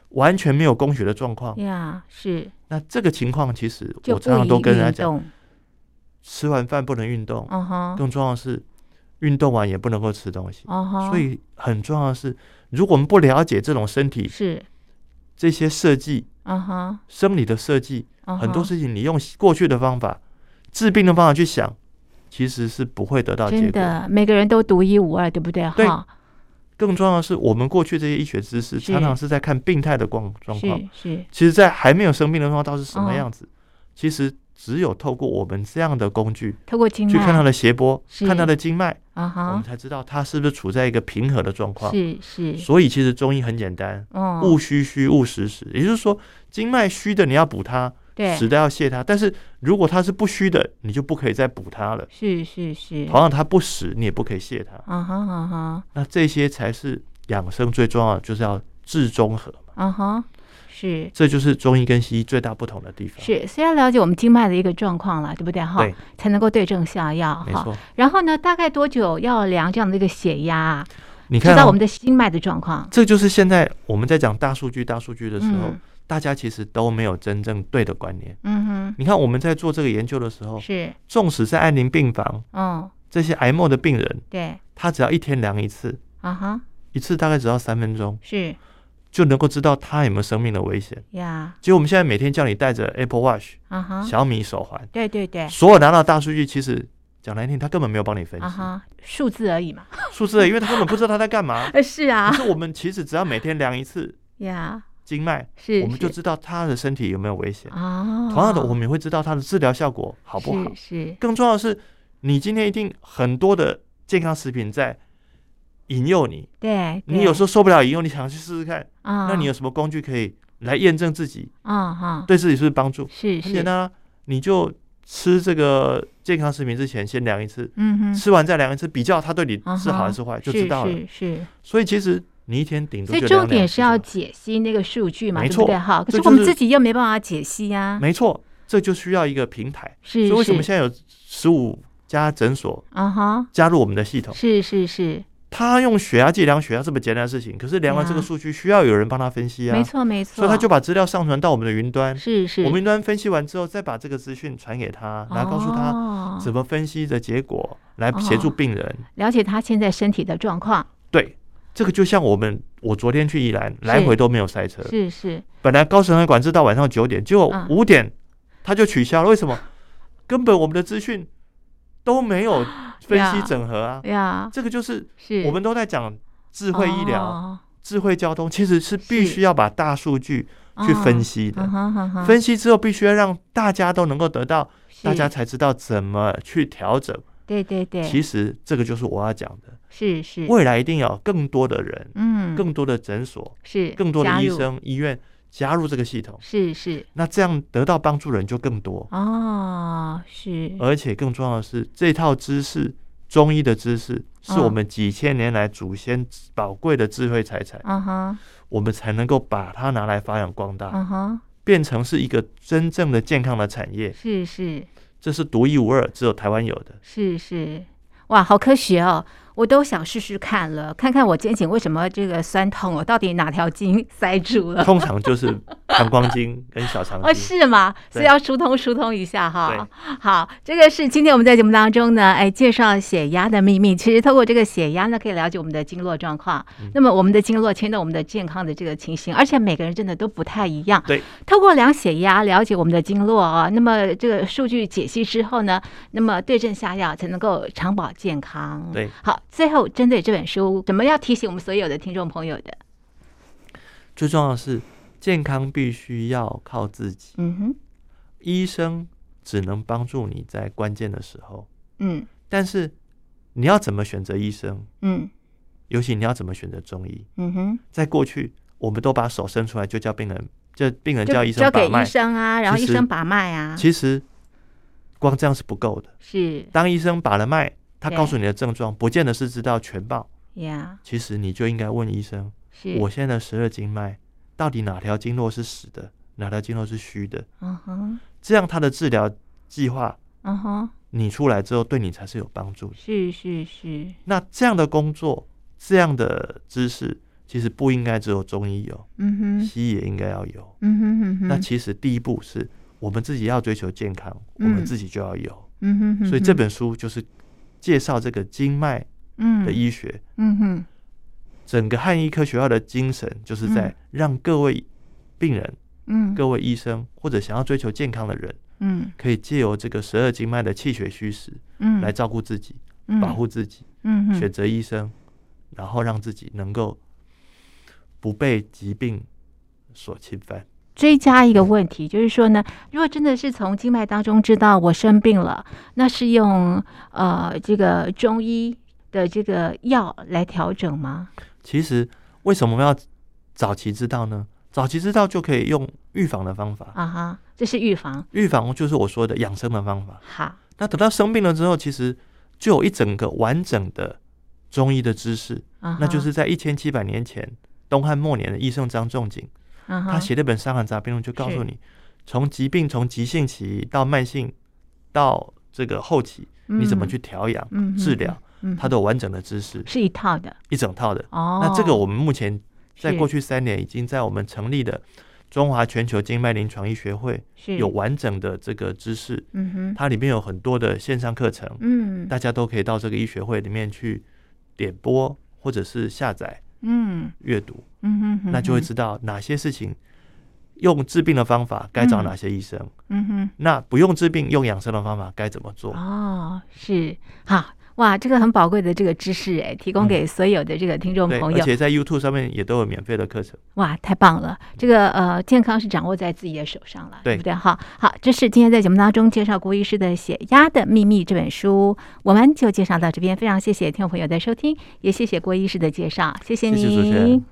[SPEAKER 1] 完全没有供血的状况。
[SPEAKER 2] 呀是
[SPEAKER 1] 那这个情况，其实
[SPEAKER 2] 就
[SPEAKER 1] 我
[SPEAKER 2] 不
[SPEAKER 1] 常常都
[SPEAKER 2] 宜
[SPEAKER 1] 跟人家
[SPEAKER 2] 运
[SPEAKER 1] 讲，
[SPEAKER 2] 动
[SPEAKER 1] 吃完饭不能运动，
[SPEAKER 2] 嗯哼
[SPEAKER 1] 更重要的是运动完也不能够吃东西。
[SPEAKER 2] 嗯哼
[SPEAKER 1] 所以很重要的是，如果我们不了解这种身体
[SPEAKER 2] 是
[SPEAKER 1] 这些设计、
[SPEAKER 2] 啊哈
[SPEAKER 1] 生理的设计，
[SPEAKER 2] 啊哈
[SPEAKER 1] 很多事情你用过去的方法、治病的方法去想，其实是不会得到结
[SPEAKER 2] 真
[SPEAKER 1] 果。
[SPEAKER 2] 的，每个人都独一无二，对不对？
[SPEAKER 1] 对
[SPEAKER 2] 哈，
[SPEAKER 1] 更重要的是，我们过去这些医学知识
[SPEAKER 2] 是
[SPEAKER 1] 常常是在看病态的状状况，
[SPEAKER 2] 是是，
[SPEAKER 1] 其实，在还没有生病的状况到底是什么
[SPEAKER 2] 嗯
[SPEAKER 1] 样子，其实只有透过我们这样的工具
[SPEAKER 2] 透过经脉
[SPEAKER 1] 去看它的斜波，
[SPEAKER 2] 是
[SPEAKER 1] 看它的经脉，
[SPEAKER 2] 啊
[SPEAKER 1] 我们
[SPEAKER 2] 哈，
[SPEAKER 1] 才知道它是不是处在一个平和的状况。
[SPEAKER 2] 是是，
[SPEAKER 1] 所以，其实中医很简单，
[SPEAKER 2] 哦，
[SPEAKER 1] 勿虚虚，勿实实，也就是说，经脉虚的你要补它，
[SPEAKER 2] 对，
[SPEAKER 1] 实的要泻它。但是，如果它是不虚的，你就不可以再补它了。
[SPEAKER 2] 是是是，
[SPEAKER 1] 同样，它不实，你也不可以泻它。
[SPEAKER 2] 啊哈啊哈，
[SPEAKER 1] 那这些才是养生最重要的，就是要治中和嘛。
[SPEAKER 2] 嗯哼，是
[SPEAKER 1] 这就是中医跟西医最大不同的地方。，
[SPEAKER 2] 是，所以要了解我们经脉的一个状况了，对不对哈？
[SPEAKER 1] 对，
[SPEAKER 2] 才能够对症下药
[SPEAKER 1] 没
[SPEAKER 2] 哈。
[SPEAKER 1] 错。
[SPEAKER 2] 然后呢，大概多久要量这样的一个血压啊？
[SPEAKER 1] 你
[SPEAKER 2] 知
[SPEAKER 1] 看、
[SPEAKER 2] 道
[SPEAKER 1] 哦，
[SPEAKER 2] 我们的心脉的状况。
[SPEAKER 1] 这就是现在我们在讲大数据、大数据的时候，
[SPEAKER 2] 嗯
[SPEAKER 1] 大家其实都没有真正对的观念。
[SPEAKER 2] 嗯
[SPEAKER 1] 你看我们在做这个研究的时
[SPEAKER 2] 哼，
[SPEAKER 1] 候，
[SPEAKER 2] 是，
[SPEAKER 1] 纵使在安宁病房，
[SPEAKER 2] 嗯，
[SPEAKER 1] 这些癌末的病人，
[SPEAKER 2] 对，
[SPEAKER 1] 他只要一天量一次，
[SPEAKER 2] 啊哈，
[SPEAKER 1] 一次大概只要三分钟，
[SPEAKER 2] 是
[SPEAKER 1] 就能够知道他有没有生命的危险。
[SPEAKER 2] 呀，
[SPEAKER 1] 其实我们现在每天叫你带着 Apple Watch、
[SPEAKER 2] 啊哈，
[SPEAKER 1] 小米手环，
[SPEAKER 2] 对对对，
[SPEAKER 1] 所有拿到的大数据，其实讲难听，他根本没有帮你分析
[SPEAKER 2] 啊哈，数字而已嘛。。
[SPEAKER 1] 数字的，因为他根本不知道他在干嘛
[SPEAKER 2] 呃，是 啊
[SPEAKER 1] 可，是我们其实只要每天量一次
[SPEAKER 2] 呀，
[SPEAKER 1] 经脉，
[SPEAKER 2] 是，
[SPEAKER 1] 我们就是知道他的身体有没有危险。
[SPEAKER 2] 啊，
[SPEAKER 1] 同样的，我们也会知道他的治疗效果好不好。
[SPEAKER 2] 是是，
[SPEAKER 1] 更重要的是，你今天一定很多的健康食品在引诱你，
[SPEAKER 2] 对，
[SPEAKER 1] 你有时候
[SPEAKER 2] 候
[SPEAKER 1] 受不了引诱，你想去试试看。
[SPEAKER 2] 啊，
[SPEAKER 1] 那你有什么工具可以来验证自己
[SPEAKER 2] 啊哈，
[SPEAKER 1] 对自己是不是帮助？
[SPEAKER 2] 是
[SPEAKER 1] 很
[SPEAKER 2] 是
[SPEAKER 1] 简，单啊，你就吃这个健康食品之前先量一次，
[SPEAKER 2] 嗯哼，
[SPEAKER 1] 吃完再量一次，比较它对你
[SPEAKER 2] 啊
[SPEAKER 1] 是好
[SPEAKER 2] 哈
[SPEAKER 1] 还是坏就是知道了。
[SPEAKER 2] 是是，
[SPEAKER 1] 所以其实你一天顶多
[SPEAKER 2] 所以
[SPEAKER 1] 就
[SPEAKER 2] 重
[SPEAKER 1] 量
[SPEAKER 2] 点
[SPEAKER 1] 两
[SPEAKER 2] 是
[SPEAKER 1] 次
[SPEAKER 2] 要
[SPEAKER 1] 就
[SPEAKER 2] 解析那个数据嘛，
[SPEAKER 1] 没
[SPEAKER 2] 对不对
[SPEAKER 1] 错
[SPEAKER 2] 哈？可
[SPEAKER 1] 这
[SPEAKER 2] 是
[SPEAKER 1] 就
[SPEAKER 2] 我们
[SPEAKER 1] 是
[SPEAKER 2] 自己又没办法解析呀
[SPEAKER 1] 好。没错，这就需要一个平台。
[SPEAKER 2] 是
[SPEAKER 1] 所以为什么
[SPEAKER 2] 是，
[SPEAKER 1] 现在有十五家诊所
[SPEAKER 2] 啊哈，
[SPEAKER 1] 加入我们的系统？
[SPEAKER 2] 是是是，
[SPEAKER 1] 他用血压计量血压这么简单的事情，可是量完这个
[SPEAKER 2] 呀
[SPEAKER 1] 数据需要有人帮他分析啊，
[SPEAKER 2] 啊没，错没错，
[SPEAKER 1] 所以他就把资料上传到我们的云端。
[SPEAKER 2] 是是，
[SPEAKER 1] 我们云端分析完之后，再把这个资讯传给
[SPEAKER 2] 哦
[SPEAKER 1] 他，然后告诉他
[SPEAKER 2] 他
[SPEAKER 1] 怎么分析的结果，来协助
[SPEAKER 2] 哦
[SPEAKER 1] 病人。
[SPEAKER 2] 了解他现在身体的状况，
[SPEAKER 1] 对，这个就像我们，我昨天去宜兰，来回都没有塞车。
[SPEAKER 2] 是是
[SPEAKER 1] 本来高雄的管制到晚上九点，结果
[SPEAKER 2] 嗯
[SPEAKER 1] 五点他就取消了，为什么？根本我们的资讯都没有分析
[SPEAKER 2] 呀
[SPEAKER 1] 整合啊！
[SPEAKER 2] 呀，
[SPEAKER 1] 这个就是
[SPEAKER 2] 是
[SPEAKER 1] 我们都在讲智慧医疗、
[SPEAKER 2] 哦
[SPEAKER 1] 智慧交通，其实是必
[SPEAKER 2] 是
[SPEAKER 1] 须要把大数据去分析的。
[SPEAKER 2] 啊哈哈哈
[SPEAKER 1] 分析之后，必须要让大家都能够得到，大
[SPEAKER 2] 是
[SPEAKER 1] 家才知道怎么去调整。
[SPEAKER 2] 对对对，
[SPEAKER 1] 其实这个就是我要讲的，
[SPEAKER 2] 是是，
[SPEAKER 1] 未来一定要有更多的人、
[SPEAKER 2] 嗯，
[SPEAKER 1] 更多的诊所、
[SPEAKER 2] 是
[SPEAKER 1] 更多
[SPEAKER 2] 加
[SPEAKER 1] 的医
[SPEAKER 2] 入
[SPEAKER 1] 生、医院加入这个系统，
[SPEAKER 2] 是是
[SPEAKER 1] 那这样得到帮助人就更多。
[SPEAKER 2] 哦，是
[SPEAKER 1] 而且更重要的是，这套知识，中医的知识，是我
[SPEAKER 2] 嗯
[SPEAKER 1] 们几千年来祖先宝贵的智慧财产，
[SPEAKER 2] 啊哈
[SPEAKER 1] 我们才能够把它拿来发扬光大，
[SPEAKER 2] 啊哈，
[SPEAKER 1] 变成是一个真正的健康的产业。
[SPEAKER 2] 是是
[SPEAKER 1] 这是独一无二，只有台湾有 的。
[SPEAKER 2] 是是，哇，好科学哦！我都想试试看了，看看我肩颈为什么这个酸痛，哦我到底哪条筋塞住了？
[SPEAKER 1] 通常就是膀胱经跟小肠
[SPEAKER 2] 哦，
[SPEAKER 1] 经。
[SPEAKER 2] 是吗？所以
[SPEAKER 1] 对
[SPEAKER 2] 要疏通疏通一下哈。好，这个是今天我们在节目当中呢，哎，介绍血压的秘密。其实透过这个血压呢，可以了解我们的经络状况。
[SPEAKER 1] 嗯
[SPEAKER 2] 那么我们的经络牵动我们的健康的这个情形，而且每个人真的都不太一样。
[SPEAKER 1] 对，
[SPEAKER 2] 透过量血压了解我们的经络啊，那么这个数据解析之后呢，那么对症下药才能够长保健康。
[SPEAKER 1] 对，
[SPEAKER 2] 好，最后针对这本书，怎么要提醒我们所有的听众朋友的？
[SPEAKER 1] 最重要的是，健康必须要靠自己，
[SPEAKER 2] 嗯哼，
[SPEAKER 1] 医生只能帮助你在关键的时候，
[SPEAKER 2] 嗯
[SPEAKER 1] 但是你要怎么选择医生，
[SPEAKER 2] 嗯
[SPEAKER 1] 尤其你要怎么选择中医，
[SPEAKER 2] 嗯哼。
[SPEAKER 1] 在过去我们都把手伸出来就叫病人，就病人
[SPEAKER 2] 就
[SPEAKER 1] 叫医
[SPEAKER 2] 交
[SPEAKER 1] 生把
[SPEAKER 2] 给医
[SPEAKER 1] 脉，
[SPEAKER 2] 生啊，然后医
[SPEAKER 1] 其实
[SPEAKER 2] 生把脉啊，
[SPEAKER 1] 其实光这样是不够的。
[SPEAKER 2] 是
[SPEAKER 1] 当医生把了脉，他
[SPEAKER 2] 对
[SPEAKER 1] 告诉你的症状，不见得是知道全貌，
[SPEAKER 2] 呀，
[SPEAKER 1] 其实你就应该问医生，
[SPEAKER 2] 是
[SPEAKER 1] 我现在的十二经脉到底哪条经络是死的，哪条经络是虚的，
[SPEAKER 2] 嗯哼
[SPEAKER 1] 这样他的治疗计划
[SPEAKER 2] 嗯哼，
[SPEAKER 1] 你出来之后对你才是有帮助的。
[SPEAKER 2] 是是是，
[SPEAKER 1] 那这样的工作，这样的知识，其实不应该只有中医有，
[SPEAKER 2] 嗯哼
[SPEAKER 1] 西医也应该要有。
[SPEAKER 2] 嗯哼嗯哼，
[SPEAKER 1] 那其实第一步是我们自己要追求健康，我
[SPEAKER 2] 嗯
[SPEAKER 1] 们自己就要有。
[SPEAKER 2] 嗯哼哼，
[SPEAKER 1] 所以这本书就是介绍这个经脉
[SPEAKER 2] 嗯
[SPEAKER 1] 的医学，
[SPEAKER 2] 嗯哼
[SPEAKER 1] 整个汉医科学校的精神就是在
[SPEAKER 2] 嗯
[SPEAKER 1] 让各位病人、
[SPEAKER 2] 嗯
[SPEAKER 1] 各位医生或者想要追求健康的人，
[SPEAKER 2] 嗯
[SPEAKER 1] 可以借由这个十二经脉的气血虚实
[SPEAKER 2] 嗯
[SPEAKER 1] 来照顾自己、
[SPEAKER 2] 嗯
[SPEAKER 1] 保护自己，
[SPEAKER 2] 嗯哼
[SPEAKER 1] 选择医生，然后让自己能够不被疾病所侵犯。
[SPEAKER 2] 追加一个问题，就是说呢，如果真的是从经脉当中知道我生病了，那是用呃这个中医的这个药来调整吗？
[SPEAKER 1] 其实为什么要早期知道呢？早期知道就可以用预防的方法，
[SPEAKER 2] 啊哈，这是预防，
[SPEAKER 1] 预防就是我说的养生的方法。
[SPEAKER 2] 好，啊
[SPEAKER 1] 那等到生病了之后，其实就有一整个完整的中医的知识，
[SPEAKER 2] 啊哈，
[SPEAKER 1] 那就是在一千七百年前东汉末年的医圣张仲景
[SPEAKER 2] 嗯
[SPEAKER 1] 他
[SPEAKER 2] 哼，
[SPEAKER 1] 写那本《伤寒杂病论》就告诉
[SPEAKER 2] 是
[SPEAKER 1] 你，从疾病从急性期到慢性到这个后期，你怎么
[SPEAKER 2] 嗯
[SPEAKER 1] 去调养、
[SPEAKER 2] 嗯
[SPEAKER 1] 治
[SPEAKER 2] 嗯
[SPEAKER 1] 疗，
[SPEAKER 2] 嗯
[SPEAKER 1] 它都有完整的知识，
[SPEAKER 2] 是一套的
[SPEAKER 1] 一整套的。
[SPEAKER 2] 哦。
[SPEAKER 1] 那这个我们目前在
[SPEAKER 2] 是
[SPEAKER 1] 过去三年已经在我们成立的中华全球经脉临床医学会
[SPEAKER 2] 是
[SPEAKER 1] 有，完整的这个知识，
[SPEAKER 2] 嗯哼，
[SPEAKER 1] 它里面有很多的线上课程，
[SPEAKER 2] 嗯
[SPEAKER 1] 大家都可以到这个医学会里面去点播或者是下载
[SPEAKER 2] 嗯
[SPEAKER 1] 阅读，
[SPEAKER 2] 嗯哼哼，
[SPEAKER 1] 那就会知道哪些事情用治病的方法该找哪些医生，
[SPEAKER 2] 嗯哼。
[SPEAKER 1] 那不用治病用养生的方法该怎么做。
[SPEAKER 2] 哦，是哈，哇，这个很宝贵的这个知识哎，提供
[SPEAKER 1] 嗯
[SPEAKER 2] 给所有的这个听众
[SPEAKER 1] 对，
[SPEAKER 2] 朋
[SPEAKER 1] 而
[SPEAKER 2] 友，
[SPEAKER 1] 且在 YouTube 上面也都有免费的课程。
[SPEAKER 2] 哇，太棒了！这个呃，健康是掌握在自己的手上了，
[SPEAKER 1] 对
[SPEAKER 2] 不对？哈，好，这是今天在节目当中介绍郭医师的《血压的秘密》这本书，我们就介绍到这边，非常谢谢听众朋友的收听，也谢谢郭医师的介绍，谢谢
[SPEAKER 1] 谢
[SPEAKER 2] 您。
[SPEAKER 1] 谢主持人